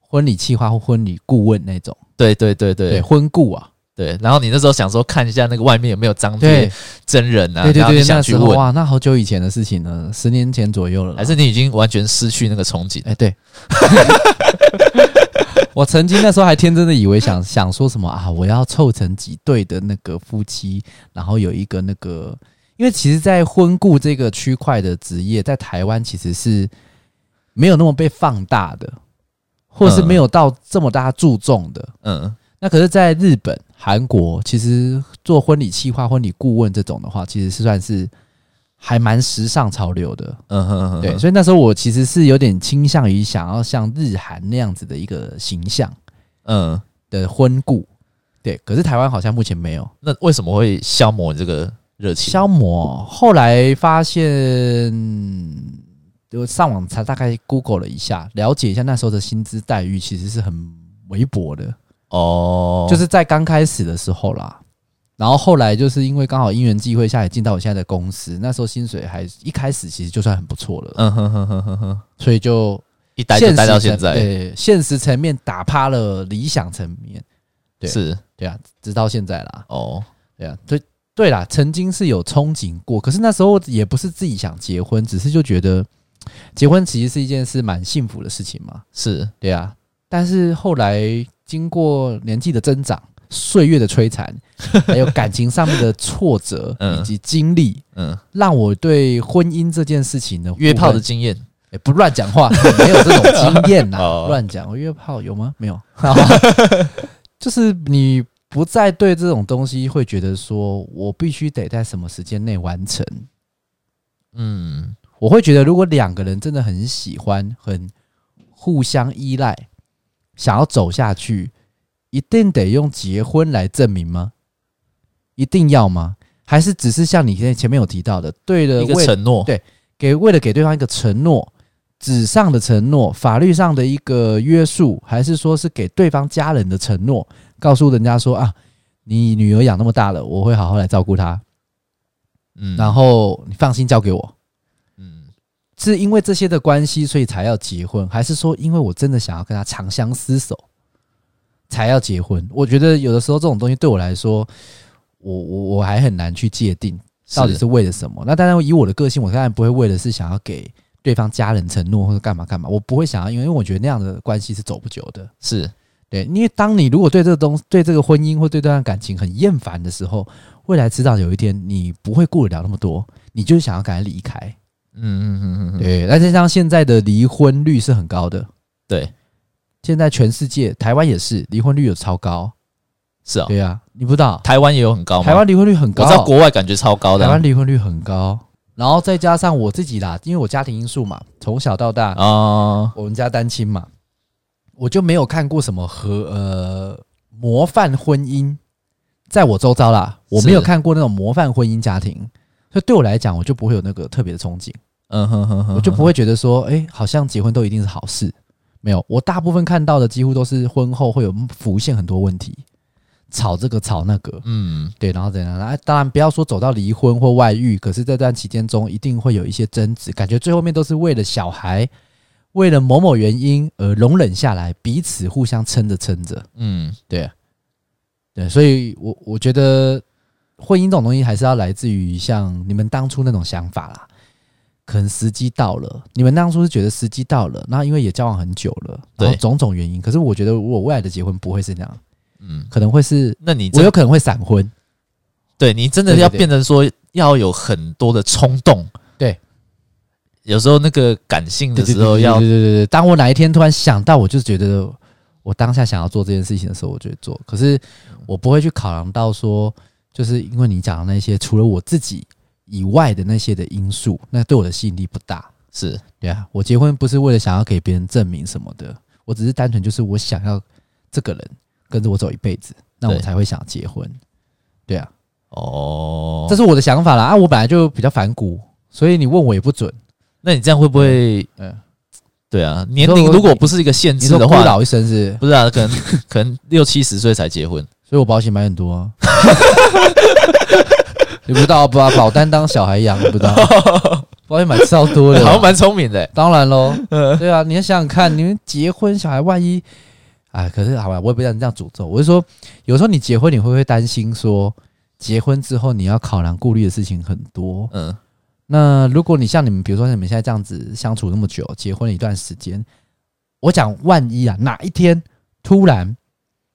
婚礼企划或婚礼顾问那种，对对对对对婚顾啊，对。然后你那时候想说看一下那个外面有没有张贴对真人啊，对对然后你对，想那去时候问。哇，那好久以前的事情了，十年前左右了啦，还是你已经完全失去那个憧憬？哎、对。 [LAUGHS] 我曾经那时候还天真的以为想想说什么啊，我要凑成几对的那个夫妻，然后有一个那个，因为其实，在婚顾这个区块的职业，在台湾其实是没有那么被放大的，或是嗯没有到这么大家注重的。嗯，那可是，在日本、韩国，其实做婚礼企划、婚礼顾问这种的话，其实是算是还蛮时尚潮流的。嗯哼哼，对，所以那时候我其实是有点倾向于想要像日韩那样子的一个形象嗯，的婚故，对。可是台湾好像目前没有那为什么会消磨你这个热情？消磨。后来发现，我上网查，大概 Google 了一下，了解一下那时候的薪资待遇其实是很微薄的，哦，就是在刚开始的时候啦。然后后来就是因为刚好因缘际会下，也进到我现在的公司，那时候薪水还一开始其实就算很不错了，嗯哼哼哼哼哼，所以就一待现就实待到层现在，对，现实层面打趴了理想层面，对是对啊，直到现在啦，哦，对啊，对对啦，曾经是有憧憬过，可是那时候也不是自己想结婚，只是就觉得结婚其实是一件是蛮幸福的事情嘛，是对啊，但是后来经过年纪的增长。岁月的摧残， [LAUGHS] 还有感情上面的挫折嗯以及经历，嗯，让我对婚姻这件事情的约炮的部分经验，欸、不乱讲话， [LAUGHS] 没有这种经验哦呐。乱讲，我约炮有吗？ [LAUGHS] 没有。就是你不再对这种东西会觉得说我必须得在什么时间内完成。嗯，我会觉得，如果两个人真的很喜欢，很互相依赖，想要走下去，一定得用结婚来证明吗？一定要吗？还是只是像你前前面有提到的，对了，一个呃为承诺对，给为了给对方一个承诺，纸上的承诺，法律上的一个约束，还是说是给对方家人的承诺，告诉人家说啊，你女儿养那么大了，我会好好来照顾她，嗯，然后你放心交给我。嗯，是因为这些的关系，所以才要结婚，还是说因为我真的想要跟她长相厮守，才要结婚？我觉得有的时候这种东西对我来说，我我我还很难去界定。到底是为了什么？那当然，以我的个性，我当然不会为了是想要给对方家人承诺或者干嘛干嘛，我不会想要，因为因为我觉得那样的关系是走不久的。是对，因为当你如果对这个东对这个婚姻或对这段感情很厌烦的时候，未来迟早有一天你不会顾得了那么多，你就是想要赶快离开。嗯嗯嗯嗯嗯，对，那再加上现在的离婚率是很高的，对，现在全世界台湾也是离婚率有超高。是哦。对啊，你不知道台湾也有很高吗？台湾离婚率很我高，知道国外感觉超高的台啊湾离婚率很高，然后再加上我自己啦，因为我家庭因素嘛，从小到大、哦，我们家单亲嘛，我就没有看过什么和呃模范婚姻，在我周遭啦，我没有看过那种模范婚姻家庭，所以对我来讲，我就不会有那个特别的憧憬，嗯哼哼哼，我就不会会觉得说，哎、好像结婚都一定是好事，没有，我大部分看到的几乎都是婚后会有浮现很多问题，吵这个吵那个，嗯对，然后怎样？啊，当然不要说走到离婚或外遇，可是这段期间中一定会有一些争执，感觉最后面都是为了小孩，为了某某原因而容忍下来，彼此互相撑着撑着。嗯对，对，所以我我觉得婚姻这种东西还是要来自于像你们当初那种想法啦。可能时机到了，你们当初是觉得时机到了，那因为也交往很久了，然后对种种原因。可是我觉得我未来的结婚不会是那样，嗯，可能会是那你我真有可能会闪婚。对你真的对对要对变成说要有很多的冲动，对，有时候那个感性的时候要对对对对对，当我哪一天突然想到，我就觉得我当下想要做这件事情的时候，我就会做。可是我不会去考量到说，就是因为你讲的那些，除了我自己以外的那些的因素，那对我的吸引力不大。是对啊，我结婚不是为了想要给别人证明什么的，我只是单纯就是我想要这个人跟着我走一辈子，那我对才会想结婚。对啊，哦，这是我的想法啦。啊，我本来就比较反骨，所以你问我也不准。那你这样会不会嗯，对啊？年你龄说如果不是一个限你制说的孤话，老一生是不是不是啊，可能 [LAUGHS] 可能六七十岁才结婚，所以我保险买很多、啊。你不知道把保单当小孩养，你不知道？保险买超多的好像啦，蛮聪明的欸，当然喽。对啊，你要想想看，你们结婚小孩万一，哎，可是好吧，我也不想这样诅咒。我是说，有时候你结婚，你会不会担心说，结婚之后你要考量顾虑的事情很多？嗯，那如果你像你们，比如说你们现在这样子相处那么久，结婚了一段时间，我讲万一啊，哪一天突然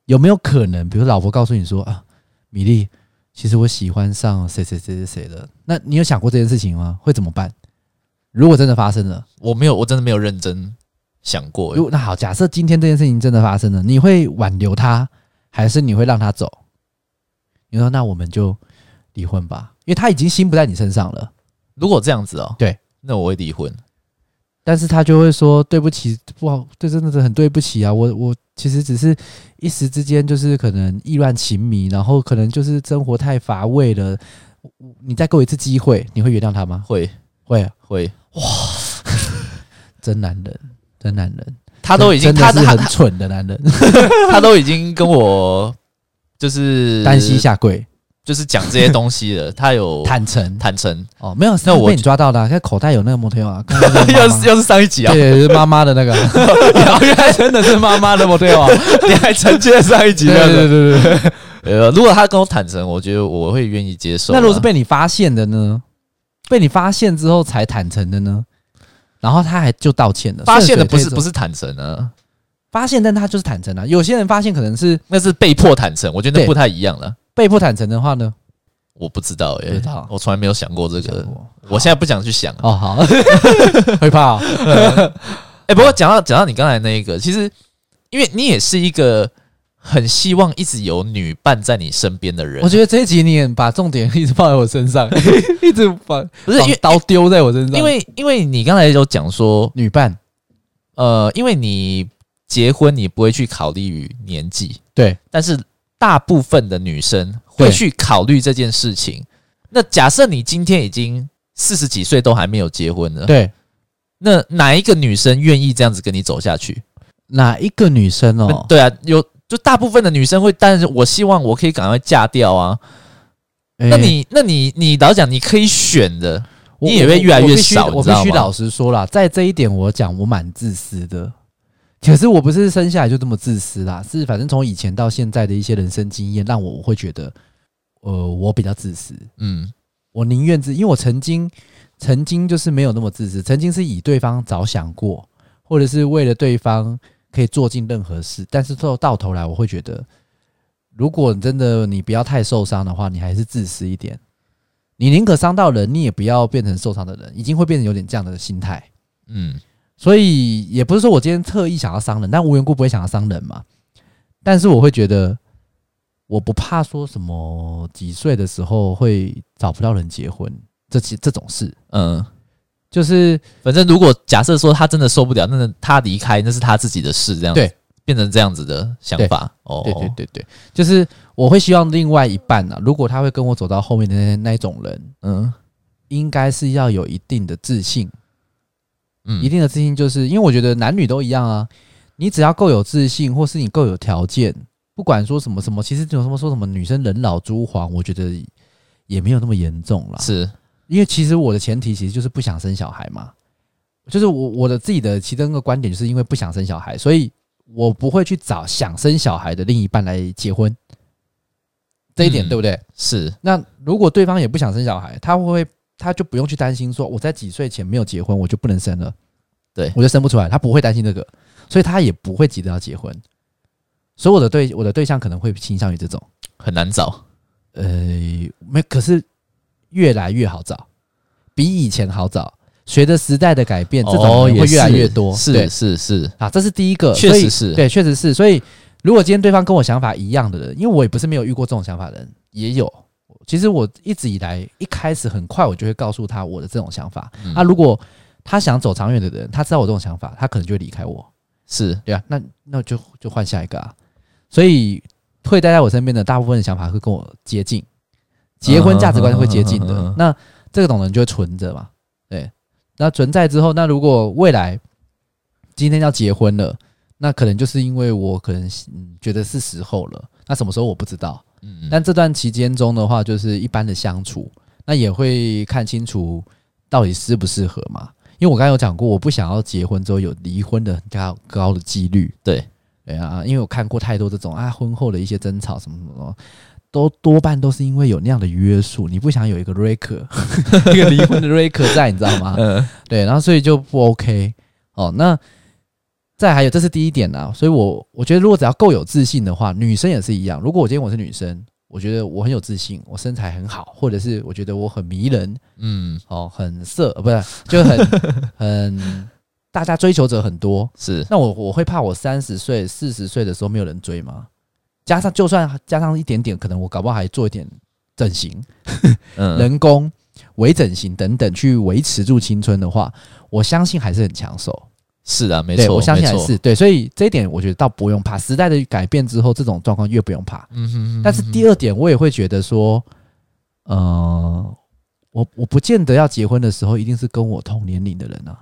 有没有可能，比如老婆告诉你说啊，米粒，其实我喜欢上谁谁谁谁谁了，那你有想过这件事情吗？会怎么办？如果真的发生了，我没有，我真的没有认真想过欸如，果那好，假设今天这件事情真的发生了，你会挽留他，还是你会让他走？你说那我们就离婚吧，因为他已经心不在你身上了。如果这样子哦，对，那我会离婚，但是他就会说对不起，不好，对，真的是很对不起啊！我我其实只是一时之间就是可能意乱情迷，然后可能就是生活太乏味了。你再给我一次机会，你会原谅他吗？会会，啊会，真男人，真男人，他啊都已经真他的是他很蠢的男人，他都已经跟我就是单膝，下跪，就是讲这些东西 [LAUGHS] 了。他有坦诚坦诚，哦，没有，那那我我被你抓到的啊、他口袋有那个摩托啊，刚刚那个 [LAUGHS] 妈又妈是又是上一集啊，对，是妈妈的 [LAUGHS] 那个，原来真的是妈妈的不对哦，你还承接了上一集对那对个。对对对。呃，如果他跟我坦诚，我觉得我会愿意接受啊。那如果是被你发现的呢？被你发现之后才坦诚的呢？然后他还就道歉了，发现的不是不是是坦诚啊，发现，但他就是坦诚啊。有些人发现可能是那是被迫坦诚，我觉得那对不太一样了。被迫坦诚的话呢，我不知道不耶知道，我从来没有想过这想个，过我现在不想去想啊。哦好， [LAUGHS] 会怕、哦，哎、不过讲到讲到你刚才那一个，其实因为你也是一个很希望一直有女伴在你身边的人我，觉得这一集你也把重点 [LAUGHS] 一直放在我身上，一直把不是因为刀丢在我身上，因为因为你刚才有讲说，女伴呃，因为你结婚你不会去考虑年纪，对但是大部分的女生会去考虑这件事情。那假设你今天已经四十几岁都还没有结婚了，对，那哪一个女生愿意这样子跟你走下去？哪一个女生哦？对啊，有就大部分的女生会，但是我希望我可以赶快嫁掉啊。那诶你那你你老实讲，你可以选的，我你也会越来我越我必须少我你知必道须吗老实说啦，在这一点我讲我蛮自私的，可是我不是生下来就这么自私啦，是反正从以前到现在的一些人生经验，让我我会觉得，呃，我比较自私，嗯我宁愿自，因为我曾经曾经就是没有那么自私，曾经是以对方着想过，或者是为了对方可以做尽任何事，但是到到头来我会觉得，如果真的你不要太受伤的话，你还是自私一点。你宁可伤到人，你也不要变成受伤的人，已经会变成有点这样的心态。嗯，所以也不是说我今天特意想要伤人，但无缘故不会想要伤人嘛。但是我会觉得，我不怕说什么几岁的时候会找不到人结婚这些这种事，嗯，就是反正如果假设说他真的受不了，那他离开那是他自己的事，这样子对变成这样子的想法哦，对对对对，就是我会希望另外一半啊，如果他会跟我走到后面的那那一种人，嗯应该是要有一定的自信，嗯一定的自信，就是因为我觉得男女都一样啊，你只要够有自信，或是你够有条件，不管说什么什么，其实有什么说什么女生人老珠黄，我觉得也没有那么严重啦。是因为其实我的前提其实就是不想生小孩嘛，就是我我的自己的其中一个观点就是因为不想生小孩，所以我不会去找想生小孩的另一半来结婚，这一点、嗯对不对？是，那如果对方也不想生小孩，他会不会他就不用去担心说我在几岁前没有结婚我就不能生了，对我就生不出来，他不会担心这个，所以他也不会急着要结婚。所以我的对我的对象可能会倾向于这种，很难找，呃，没可是越来越好找，比以前好找。随着时代的改变，这种哦人也会是越来越多。是对是是，啊，这是第一个，确所实以是对，确实是。所以如果今天对方跟我想法一样的人，因为我也不是没有遇过这种想法的人，也有。其实我一直以来，一开始很快我就会告诉他我的这种想法。那、嗯如果他想走长远的人，他知道我这种想法，他可能就会离开我，是对啊，那那就就换下一个啊。所以会待在我身边的大部分的想法会跟我接近，结婚价值观会接近嗯嗯嗯嗯嗯的嗯。那这种人就会存着嘛，对。那存在之后，那如果未来今天要结婚了，那可能就是因为我可能嗯觉得是时候了。那什么时候我不知道，嗯但这段期间中的话，就是一般的相处，那也会看清楚到底适不适合嘛。因为我刚才有讲过，我不想要结婚之后有离婚的很高高的几率。对，对啊，因为我看过太多这种啊婚后的一些争吵什么什么什么，都多半都是因为有那样的约束，你不想有一个 rake，一个离婚的 rake 在，你知道吗？嗯对，然后所以就不 OK 哦。那再还有，这是第一点啦。所以我我觉得，如果只要够有自信的话，女生也是一样。如果我今天我是女生，我觉得我很有自信，我身材很好，或者是我觉得我很迷人嗯哦，很色，呃不是就很很大家追求者很多。是那我我会怕我三十岁、四十岁的时候没有人追吗？加上就算加上一点点，可能我搞不好还做一点整形，嗯人工、微整形等等去维持住青春的话，我相信还是很抢手。是啊，没对，错，我相信没还错是对，所以这一点我觉得倒不用怕。时代的改变之后，这种状况越不用怕。嗯哼哼，但是第二点，我也会觉得说，呃，我我不见得要结婚的时候一定是跟我同年龄的人 [LAUGHS] 啊，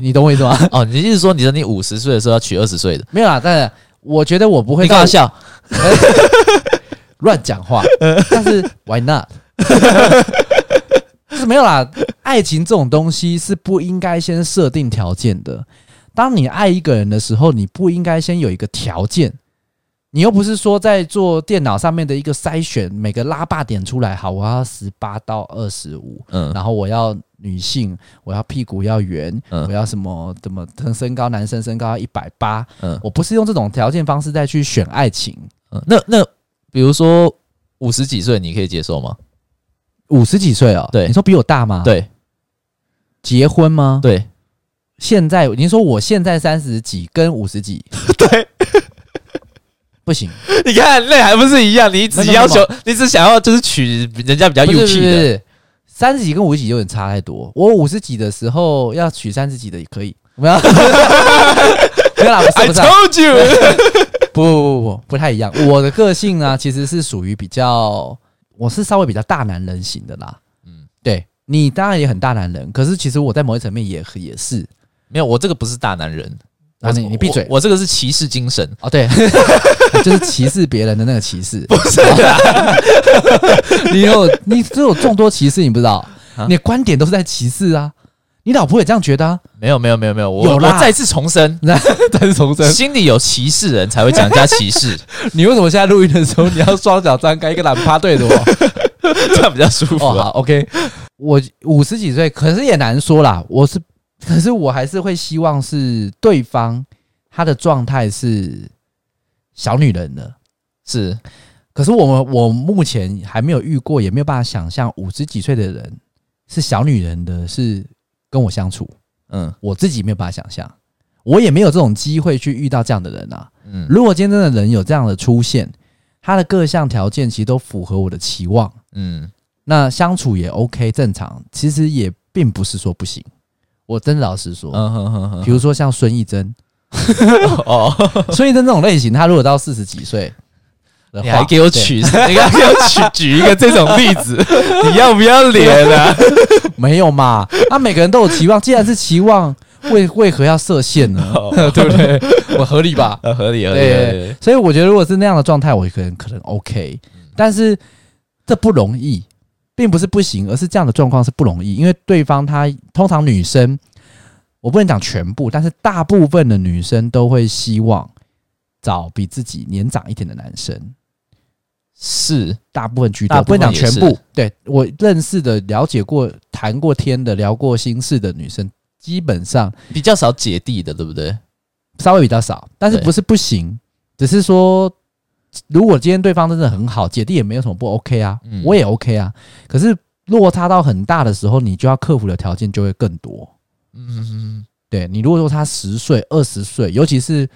你你懂我意思吗？哦，你是说你说你五十岁的时候要娶二十岁的？没有啦，但我觉得我不会你干嘛到笑？乱讲 [LAUGHS] 话，嗯但是 why not？就是没有啦，爱情这种东西是不应该先设定条件的。当你爱一个人的时候，你不应该先有一个条件。你又不是说在做电脑上面的一个筛选，每个拉霸点出来，好，我要十八到二十五，嗯然后我要女性，我要屁股要圆，嗯我要什么怎么身高，男生身高要一百八，嗯我不是用这种条件方式再去选爱情。嗯，那那比如说五十几岁，你可以接受吗？五十几岁哦，对你说比我大吗？，对结婚吗？，对，现在您说我现在三十几跟五十几， [LAUGHS] 对，不行， [LAUGHS] 你看那还不是一样？你只要求，你只想要就是娶人家比较不是有不是气不的，是，三十几跟五十几有点差太多。我五十几的时候要娶三十几的也可以， [LAUGHS] 没有，没有啦，不 I 是不是啊， told you，啊不不不不不太一样。我的个性呢，其实是属于比较我是稍微比较大男人型的啦。嗯，对你当然也很大男人，可是其实我在某一层面也也是没有，我这个不是大男人。啊我你你闭嘴我！我这个是骑士精 [LAUGHS] 神，哦，对， [LAUGHS] 就是歧视别人的那个歧视。不是啊？你有你这有众多歧视，你不知道啊，你的观点都是在歧视啊。你老婆也这样觉得啊？没有没有没有没有，我有我啦再次重申，那 [LAUGHS] 再次重申，心里有歧视人才会讲人家歧视，你为什么现在录音的时候你要双脚张开，一个懒趴对着 [LAUGHS] 我？ [LAUGHS] 这样比较舒服哦，啊好。，OK。我五十几岁，可是也难说啦。我是，可是我还是会希望是对方他的状态是小女人的。是可是我们我目前还没有遇过，也没有办法想象五十几岁的人是小女人的，是跟我相处，嗯我自己没有办法想象，我也没有这种机会去遇到这样的人啊。嗯如果今天真的人有这样的出现，他的各项条件其实都符合我的期望，嗯，那相处也 OK 正常，其实也并不是说不行。我真的老实说，嗯哼哼哼比如说像孙艺珍， [LAUGHS] 哦，孙艺珍这种类型，她如果到四十几岁的话，你还给我对举，你还给我举举一个这种例 [LAUGHS] 子，你要不要脸啊？没有嘛？啊，每个人都有期望，既然是期望，为为何要设限呢？ [LAUGHS] 对不对？我合理吧？哦呃合理合理合对理，，所以我觉得如果是那样的状态，我可能可能 OK，但嗯是这不容易，并不是不行，而是这样的状况是不容易，因为对方她通常女生，我不能讲全部，但是大部分的女生都会希望找比自己年长一点的男生，是大部分居大多，部不能分讲也全是部。对我认识的、了解过、谈过天的、聊过心事的女生，基本上比较少姐弟的，对不对？稍微比较少，但是对不是不行，只是说，如果今天对方真的很好，姐弟也没有什么不 OK 啊，嗯我也 OK 啊。可是落差到很大的时候，你就要克服的条件就会更多。嗯，对你如果说他十岁、二十岁，尤其是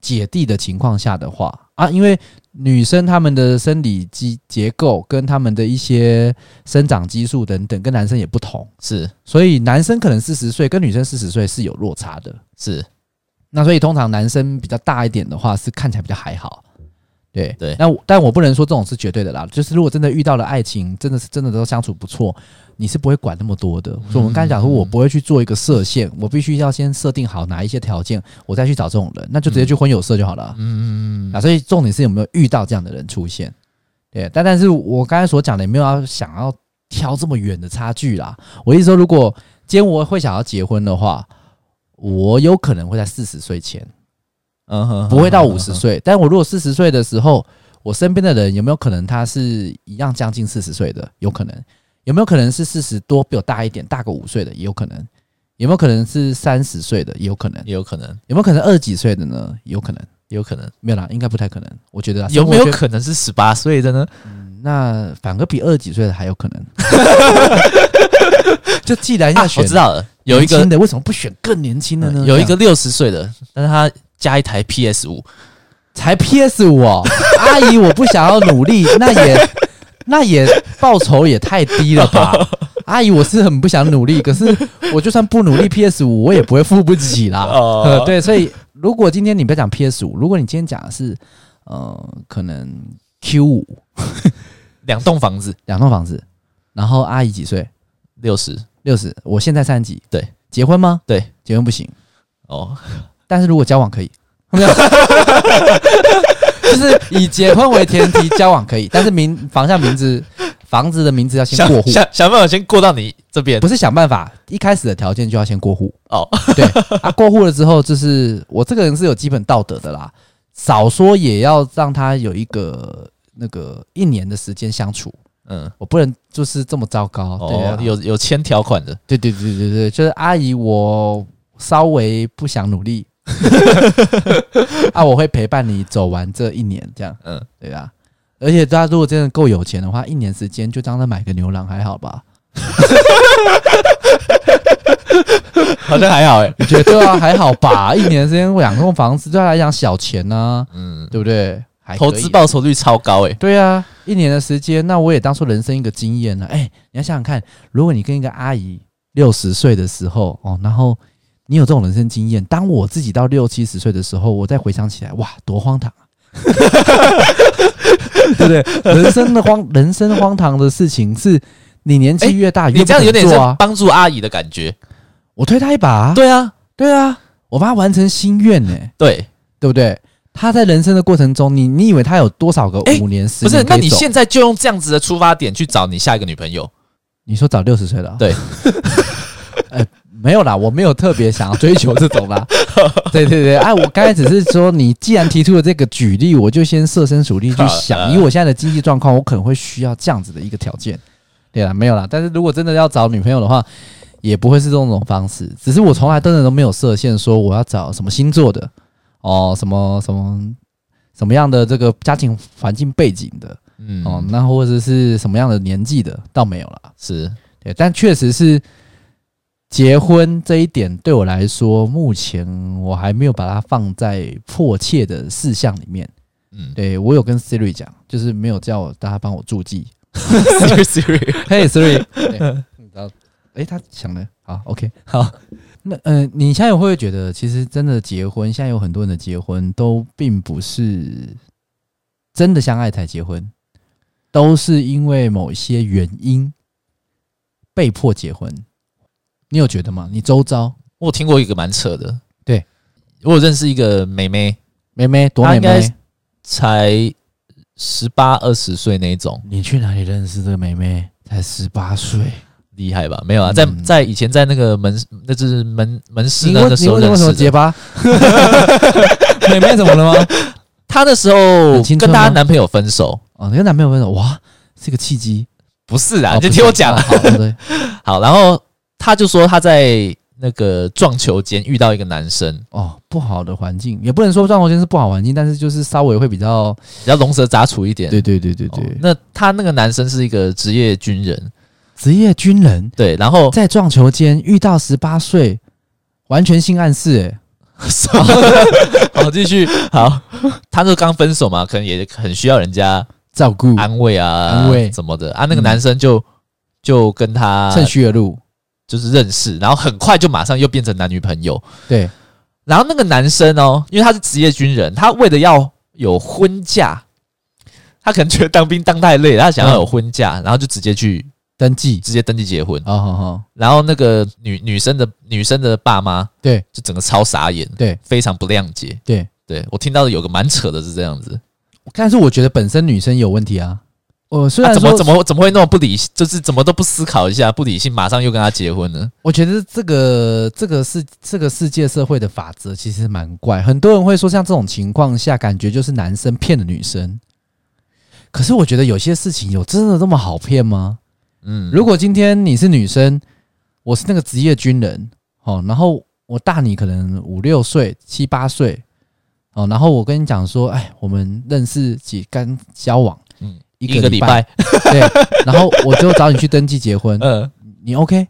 姐弟的情况下的话啊，因为女生她们的生理机结构跟她们的一些生长激素等等，跟男生也不同，是所以男生可能四十岁跟女生四十岁是有落差的。是，那所以通常男生比较大一点的话，是看起来比较还好。对对那我但我不能说这种是绝对的啦。就是如果真的遇到了爱情，真的是真的都相处不错，你是不会管那么多的。所以我们刚才讲说，我不会去做一个设限，我必须要先设定好哪一些条件，我再去找这种人，那就直接去婚友社就好了。嗯，啊，所以重点是有没有遇到这样的人出现。对，但但是我刚才所讲的也没有要想要挑这么远的差距啦。我意思说，如果今天我会想要结婚的话，我有可能会在四十岁前，嗯哼不会到五十，岁。但我如果四十岁的时候，我身边的人有没有可能他是一样将近四十岁的？有可能。有没有可能是四十多比我大一点，大个五岁的？也有可能。有没有可能是三十岁的？也有可能。也有可能，有没有可能二十几岁的呢？有可能。有可能，没有啦，应该不太可能。我觉得啦有没有生活圈可能是十八岁的呢？那反而比二十几岁的还 [LAUGHS] 有可能。就既然要哎啊选、我知道了，有一年个嗯轻的，为什么不选更年轻的呢？有一这个样六十岁的，但是他加一台 PS 五，才 PS 五哦，阿姨，我不想要努力，那也那也报酬也太低了吧。阿姨，我是很不想努力，可是我就算不努力，PS 五我也不会付不起啦。哦 [LAUGHS] 呃，对，所以如果今天你不要讲 PS 五，如果你今天讲的是呃，可能 Q 五两栋房子，两栋房子，然后阿姨几岁？六十，六十，我现在三十几，对，结婚吗？对，结婚不行，哦，但是如果交往可以， [LAUGHS] 就是以结婚为前提，交往可以，但是名房下名字房子的名字要先想过户，想想办法先过到你这边不，是想办法，一开始的条件就要先过户哦，对啊，过户了之后，就是我这个人是有基本道德的啦，少说也要让他有一个那个一年的时间相处，嗯，我不能就是这么糟糕，对啊哦，有有签条款的，对对对对对，就是阿姨，我稍微不想努力，啊，我会陪伴你走完这一年，这样，嗯，对啊。而且大家如果真的够有钱的话，一年时间就当他买个牛郎还好吧？好像还好哎，你觉得对啊，还好吧？一年时间两栋房子对他来讲小钱呢、嗯，对不对？还可以投资报酬率超高哎，对啊，一年的时间，那我也当做人生一个经验了。哎、你要想想看，如果你跟一个阿姨六十岁的时候哦，然后你有这种人生经验，当我自己到六七十岁的时候，我再回想起来，哇，多荒唐啊！ [LAUGHS] 对不对？人生的荒，人生荒唐的事情是，你年纪越大，越哎你这样有点做像啊。帮助阿姨的感觉。我推他一把、啊，对啊，对啊，我帮他完成心愿呢、对，对不对？他在人生的过程中，你你以为他有多少个哎五年、十不是年？，那你现在就用这样子的出发点去找你下一个女朋友，你说找六十岁的、啊， [LAUGHS] 对，呃，没有啦，我没有特别想要追求这种 [LAUGHS] 啦。对对对，哎、我刚才只是说，你既然提出了这个举例，我就先设身处地去好呃想，了以我现在的经济状况，我可能会需要这样子的一个条件。对啦，没有啦，但是如果真的要找女朋友的话，也不会是这种方式。只是我从来真的都没有设限，说我要找什么星座的，哦，什么什么什么样的这个家庭环境背景的，嗯，哦，那或者是什么样的年纪的，倒没有啦。是对，但确实是结婚这一点对我来说，目前我还没有把它放在迫切的事项里面。嗯对我有跟 Siri 讲，就是没有叫我大家帮我注记。 [LAUGHS] ，Siri Siri， [LAUGHS] 嘿、Siri，对 [LAUGHS] 你知道？哎、他想的好，OK，好。那呃，你现在会不会觉得，其实真的结婚，现在有很多人的结婚都并不是真的相爱才结婚，都是因为某些原因被迫结婚。你有觉得吗？你周遭我有听过一个蛮扯的，对我有认识一个妹妹，妹妹多她妹应该妹，才十八二十岁那一种，你去哪里认识这个妹妹？才十八岁，厉害吧？没有啊，在嗯在以前在那个门，那就是门门市你那为个你时候为什认么识结的。巴？妹妹怎么了吗？ [LAUGHS] 她那时候很青春跟吗她男朋友分手，哦，你跟男朋友分手，哇，是个契机。不是啊，哦你就不听是我讲啊。好对，好，然后她就说她在那个撞球间遇到一个男生，哦，不好的环境也不能说撞头间是不好环境，但是就是稍微会比较，比较龙蛇杂处一点。对对对对哦对，那她那个男生是一个职业军人，职业军人对，然 [LAUGHS] 后在撞球间遇到十八岁，完全性暗示，哎好继续好，她就刚分手嘛，可能也很需要人家哎，照顾，安慰啊，安慰怎么的啊？那个男生就、就跟她趁虚而入，就是认识，然后很快就马上又变成男女朋友。对，然后那个男生哦，因为他是职业军人，他为了要有婚假，他可能觉得当兵当太累了，他想要有婚嗯假，然后就直接去登记，直接登记结婚。哦，好好，然后那个女女生的女生的爸妈对就整个超傻眼，对非常不谅解。对，对我听到的有个蛮扯的是这样子，但是我觉得本身女生有问题啊，我虽啊、然怎说、么怎么怎么会那么不理，就是怎么都不思考一下，不理性，马上又跟他结婚呢？我觉得这个这个世这个世界社会的法则其实蛮怪，很多人会说像这种情况下，感觉就是男生骗了女生。可是我觉得有些事情有真的这么好骗吗？嗯，如果今天你是女生，我是那个职业军人，哦，然后我大你可能五六岁、七八岁，哦，然后我跟你讲说，哎，我们认识几刚交往，嗯一一个礼拜，对，然后我就找你去登记 [LAUGHS] 结婚，嗯，你 OK？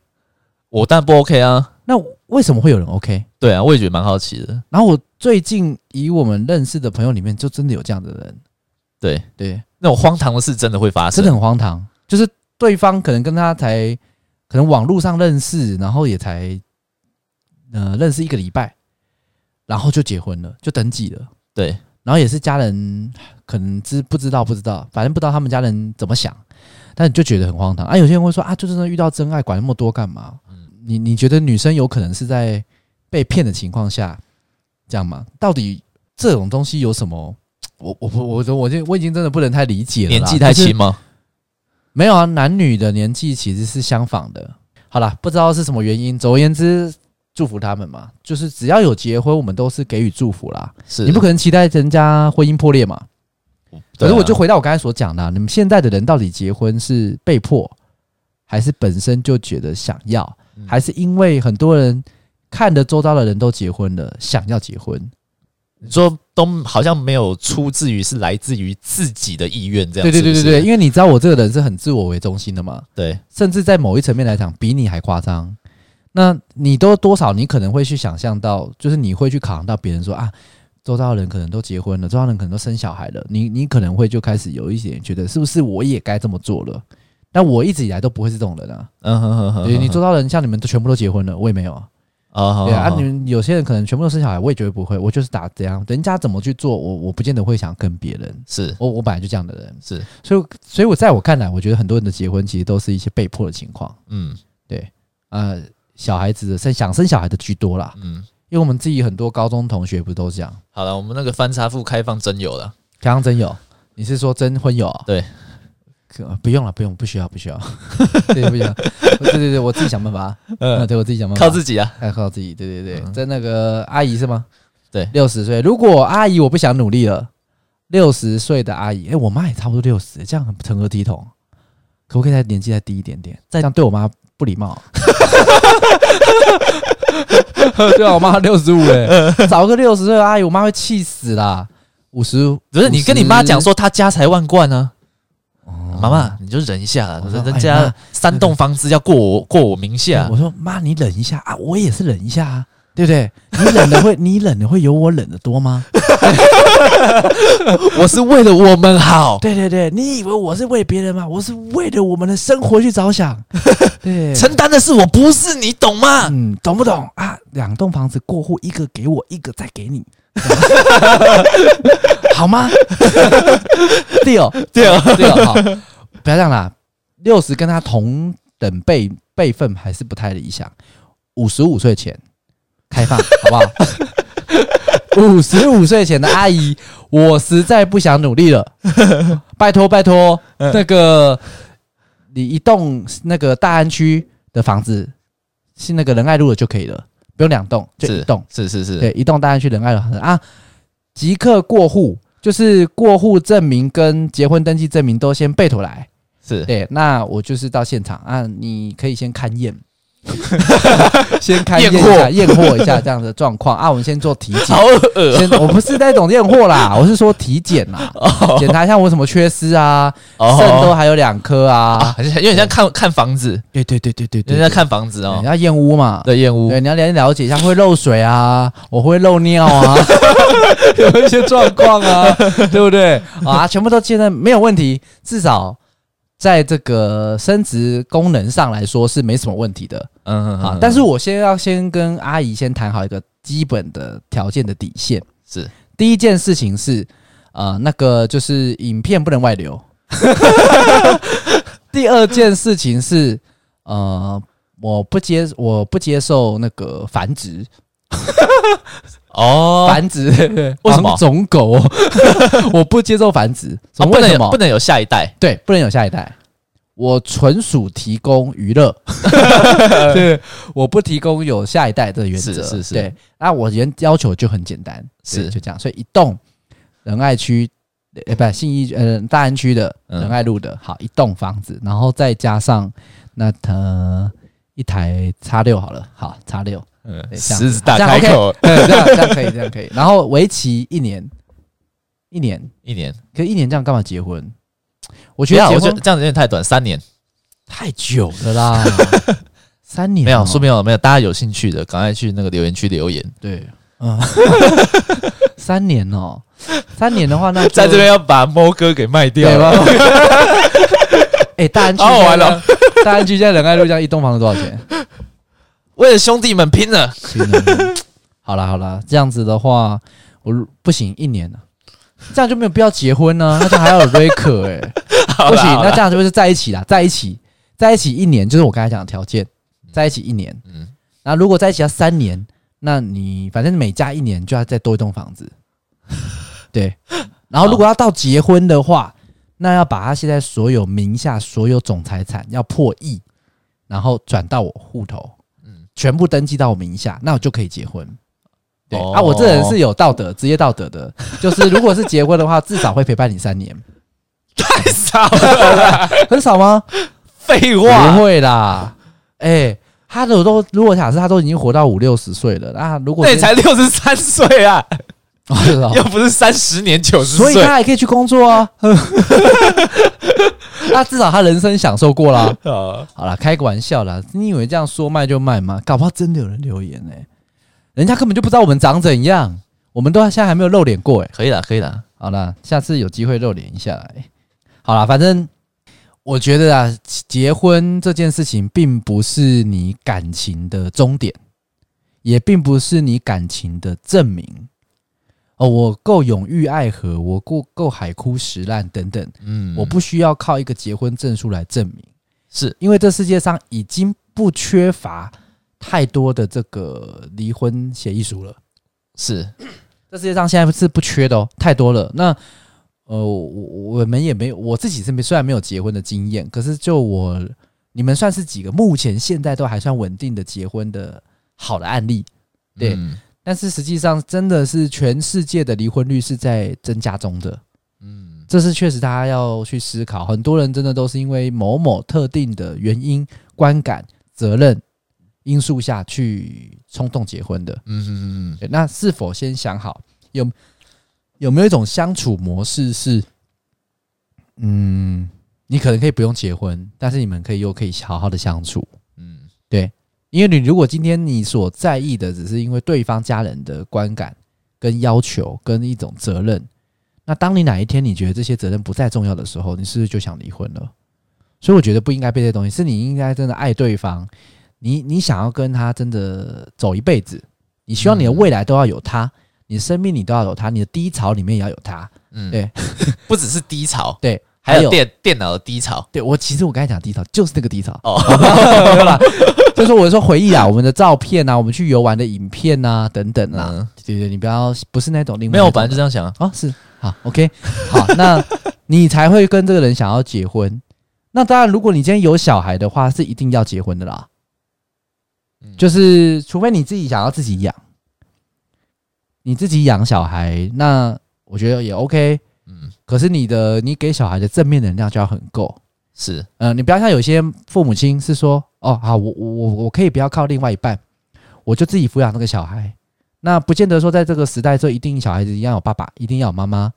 我当然不 OK 啊，那为什么会有人 OK？对啊，我也觉得蛮好奇的，然后我最近以我们认识的朋友里面，就真的有这样的人，对，对，那种荒唐的事真的会发生，真的很荒唐。就是对方可能跟他才，可能网络上认识，然后也才，呃，认识一个礼拜，然后就结婚了，就登记了，对，然后也是家人可能知不知道不知道，反正不知道他们家人怎么想，但你就觉得很荒唐。啊，有些人会说啊，就真的遇到真爱，管那么多干嘛？嗯你你觉得女生有可能是在被骗的情况下这样吗？到底这种东西有什么？我我不我我就我已经真的不能太理解了啦，年纪太就是轻吗？没有啊，男女的年纪其实是相仿的。好啦，不知道是什么原因，总而言之，祝福他们嘛。就是只要有结婚，我们都是给予祝福啦。是，你不可能期待人家婚姻破裂嘛。对啊，可是我就回到我刚才所讲的啊、你们现在的人到底结婚是被迫，还是本身就觉得想要，嗯还是因为很多人看着周遭的人都结婚了，想要结婚？你说都好像没有出自于是来自于自己的意愿这样，对对对是对不是对，因为你知道我这个人是很自我为中心的嘛。对，甚至在某一层面来讲，比你还夸张。那你都多少，你可能会去想象到，就是你会去考量到别人说啊，周遭的人可能都结婚了，周遭的人可能都生小孩了，你你可能会就开始有一点觉得，是不是我也该这么做了？但我一直以来都不会是这种人啊，嗯哼哼哼哼，对你周遭的人像你们都全部都结婚了，我也没有啊，啊，好对啊，好啊好你们有些人可能全部都生小孩，我也绝对不会，我就是打这样，人家怎么去做，我我不见得会想跟别人，是我我本来就这样的人，是，所以所以我在我看来，我觉得很多人的结婚其实都是一些被迫的情况，嗯呃，小孩子的生想生小孩的居多啦，嗯，因为我们自己很多高中同学不都这样，好了，我们那个翻查复开放真有了，刚刚真有，你是说真婚友啊？对可，不用了，不用，不需要，不需要， [LAUGHS] 对，不需要， [LAUGHS] 对对对，我自己想办法，[LAUGHS] 嗯，嗯，对我自己想办法，靠自己啊，哎，靠自己，对对对，嗯在那个阿姨是吗？对六十岁，如果阿姨我不想努力了，六十岁的阿姨，哎、我妈也差不多六十，这样很成何体统？可不可以再年纪再低一点点？再这样对我妈不 [LAUGHS] 礼貌。对啊，我妈六十五 [LAUGHS] 哎，找个六十岁的阿姨，我妈会气死啦。五十不是你跟你妈讲，说她家财万贯啊，妈妈妈你就忍一下啦，我说人哎家妈三栋房子要过我过我名下啊我，说妈，你忍一下啊，我也是忍一下啊，对不对？你忍的会， [LAUGHS] 你忍的会有我忍的多吗？ [LAUGHS] 我是为了我们好，对对对，你以为我是为别人吗？我是为了我们的生活去着想。对，承担的是我，不是你，懂吗？嗯，懂不懂啊？两栋房子过户，一个给我，一个再给你，好吗？对哦，对啊，对哦，好，不要这样啦。六十跟他同等辈辈分还是不太理想，五十五岁前开放，好不好？五十五岁前的阿姨，我实在不想努力 [LAUGHS] 了，拜托拜托，那个你一栋那个大安区的房子是那个仁爱路的就可以了，不用两栋，就一栋，是是是，对，一栋大安区仁爱路房子啊，即刻过户，就是过户证明跟结婚登记证明都先备妥来，是对，那我就是到现场啊，你可以先勘 [LAUGHS] 验，先勘验验一货下，验货一下这样的状况啊。我们先做体检，好哦恶 [LAUGHS] 先我不是那种验货啦，我是说体检啦，检查一下我有什么缺失啊，肾都哦，还有两颗啊啊。，很像有点像看看房子，对对对对对人家看房子人哦，家验屋嘛，对，燕屋对，你要先了解一下，会漏水啊，我会漏尿啊， [LAUGHS] 有一些状况啊，对不对？啊，全部都现在没有问题，至少在这个生殖功能上来说是没什么问题的嗯嗯啊嗯。但是我先要先跟阿姨先谈好一个基本的条件的底线。是第一件事情是，呃，那个就是影片不能外流。 [LAUGHS] 第二件事情是，呃，我不接我不接受那个繁殖，哦，繁殖 [LAUGHS] 为什么好像种狗哦？ [LAUGHS] 我不接受繁殖，哦什么不为能什有么？不能有下一代，对，不能有下一代。我纯属提供 [LAUGHS] 娱乐，对，我不提供有下一代的原则。是是是对，那我原要求就很简单，对是就这样。所以一栋仁爱区，呃，不，信义呃大安区的嗯仁爱路的，好一栋房子，然后再加上那呃一台叉六好了，好叉 [LAUGHS] 六，嗯，对这样狮子大开这样口，对，这样这样可以，这样可以。然后为期一年，一年，一年，可一年这样干嘛结婚？我不觉要，得我结觉婚得这样子有点太短，三年太久 [LAUGHS] 了啦，三年没有，哦说没有没有，大家有兴趣的赶快去那个留言区留言，对，啊嗯， [LAUGHS] 三年哦，三年的话，那就在这边要把猫哥给卖掉对了，吧？ [LAUGHS] 哎、大安区好好玩现在哦，大安区现在仁爱路这样一栋房子多少钱？为了兄弟们拼 [LAUGHS] 了，真的好啦好啦，这样子的话，我如不行一年了、这样就没有必要结婚呢、那就还要有 r e c 哎、好不啦行，好那啦这样就是在一起啦，在一起，在一起一年，就是我刚才讲的条件，在一起一年。嗯那如果在一起要三年，那你反正每加一年就要再多一栋房 [LAUGHS] 子，对。然后如果要到结婚的话，那要把他现在所有名下所有总财产要破亿，然后转到我户头，嗯全部登记到我名下，那我就可以结婚。对、哦啊，我这人是有道德、职业道德的，就是如果是结婚的话，至少会陪伴你三年，太少了，很少吗？ [LAUGHS] 废不话，会啦，哎、他的都如果假设他都已经活到五六十岁了，那如果那你才六十三岁啊，哦是哦又不是三十年九十所以他岁，还可以去工作啊。 [LAUGHS] 那至少他人生享受过啦。啊，好啦，开个玩笑啦，你以为这样说卖就卖吗？搞不好真的有人留言呢、人家根本就不知道我们长怎样，我们都现在还没有露脸过哎、可以啦，可以啦，好啦，下次有机会露脸一下来。好啦，反正我觉得啊，结婚这件事情并不是你感情的终点，也并不是你感情的证明。哦，我够勇于爱河，我够够海枯石烂等等，嗯我不需要靠一个结婚证书来证明，是因为这世界上已经不缺乏太多的这个离婚协议书了。是这世界上现在是不缺的哦，太多了。那呃，我我我们也没有，我自己是没虽然没有结婚的经验，可是就我你们算是几个目前现在都还算稳定的结婚的好的案例，对嗯但是实际上真的是全世界的离婚率是在增加中的，嗯这是确实大家要去思考。很多人真的都是因为某某特定的原因、观感、责任因素下去冲动结婚的。嗯嗯嗯对，那是否先想好有有没有一种相处模式是，嗯，你可能可以不用结婚，但是你们可以又可以好好的相处，嗯因为你如果今天你所在意的只是因为对方家人的观感、跟要求、跟一种责任，那当你哪一天你觉得这些责任不再重要的时候，你是不是就想离婚了？所以我觉得不应该被这些东西，是你应该真的爱对方，你你想要跟他真的走一辈子，你希望你的嗯未来都要有他，你生命里都要有他，你的低潮里面也要有他。嗯，对， [LAUGHS] 不只是低 [LAUGHS] 潮，对，还有有电电脑的低潮对我其实我刚才讲的低潮就是那个低潮哦， [LAUGHS] 没有啦，就是我说回忆啊，我们的照片啊，我们去游玩的影片啊，等等啊，嗯，对对对，你不要不是那种另外没有，一我种本来就这样想啊，哦，是好，OK，好，那你才会跟这个人想要结婚。那当然，如果你今天有小孩的话，是一定要结婚的啦。嗯就是除非你自己想要自己养，你自己养小孩，那我觉得也 OK。嗯，可是你的你给小孩的正面能量就要很够，是呃，你不要像有些父母亲是说，哦，好，我我我我可以不要靠另外一半，我就自己抚养这个小孩。那不见得说在这个时代就一定小孩子一定要有爸爸，一定要有妈妈。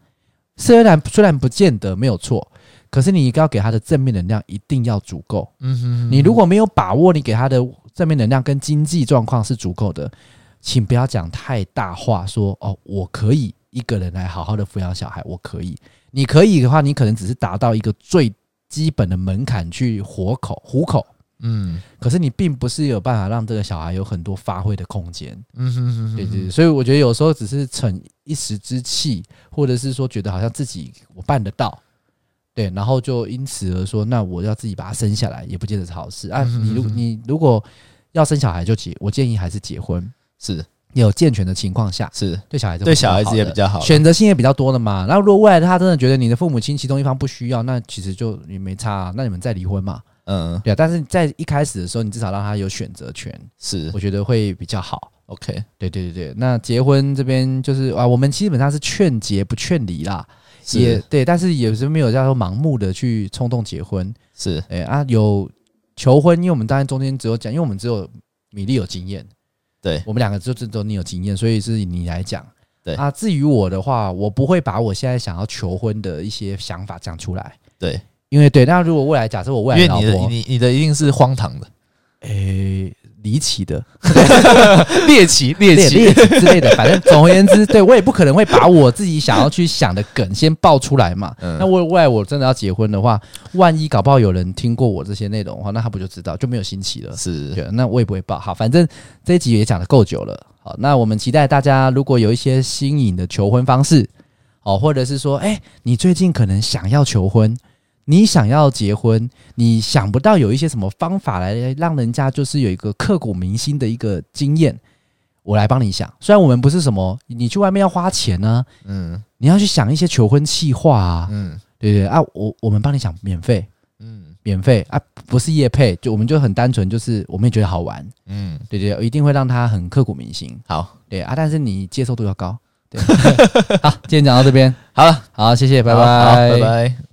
虽然虽然不见得没有错，可是你一定要给他的正面能量一定要足够。嗯哼你如果没有把握，你给他的正面能量跟经济状况是足够的，请不要讲太大话说，哦，我可以一个人来好好的抚养小孩，我可以。你可以的话，你可能只是达到一个最基本的门槛去活口糊口，嗯可是你并不是有办法让这个小孩有很多发挥的空间。嗯哼哼，对对，对所以我觉得有时候只是逞一时之气，或者是说觉得好像自己我办得到，对，然后就因此而说，那我要自己把他生下来，也不见得是好事啊。嗯哼你如嗯哼你如果要生小孩就结，我建议还是结婚，是有健全的情况下，是，对小孩子对会小孩子也比的较好，选择性也比较多的嘛。那如果未来他真的觉得你的父母亲其中一方不需要，那其实就也没差、啊，那你们再离婚嘛，嗯对啊。但是在一开始的时候，你至少让他有选择权，是我觉得会比较好。 OK，对对对对，那结婚这边就是啊，我们基本上是劝结不劝离啦，是也对，但是也是没有叫做盲目的去冲动结婚。是哎啊，有求婚，因为我们当然中间只有讲，因为我们只有米粒有经验，对我们两个就只有你有经验，所以是你来讲。对啊，至于我的话，我不会把我现在想要求婚的一些想法讲出来，对，因为对，那如果未来假设我因未来为老你婆的你你的一定是荒唐的，诶离奇的，猎奇猎猎奇猎之类的，反正总而言之，对我也不可能会把我自己想要去想的梗先爆出来嘛。嗯那我未来我真的要结婚的话，万一搞不好有人听过我这些内容的话，那他不就知道就没有新奇了？是，对，那我也不会爆。好，反正这一集也讲的够久了。好，那我们期待大家如果有一些新颖的求婚方式，哦，或者是说，哎、你最近可能想要求婚，你想要结婚，你想不到有一些什么方法来让人家就是有一个刻骨铭心的一个经验，我来帮你想。虽然我们不是什么，你去外面要花钱呢、嗯你要去想一些求婚计划啊，嗯对对对啊，我我们帮你想免费。嗯免费啊，不是业配，就我们就很单纯，就是我们也觉得好玩，嗯，对对，一定会让他很刻骨铭心。好，对啊，但是你 [LAUGHS] 接受度要高。对，好，今天讲到这边，好了，好，谢谢，拜好好拜，拜拜。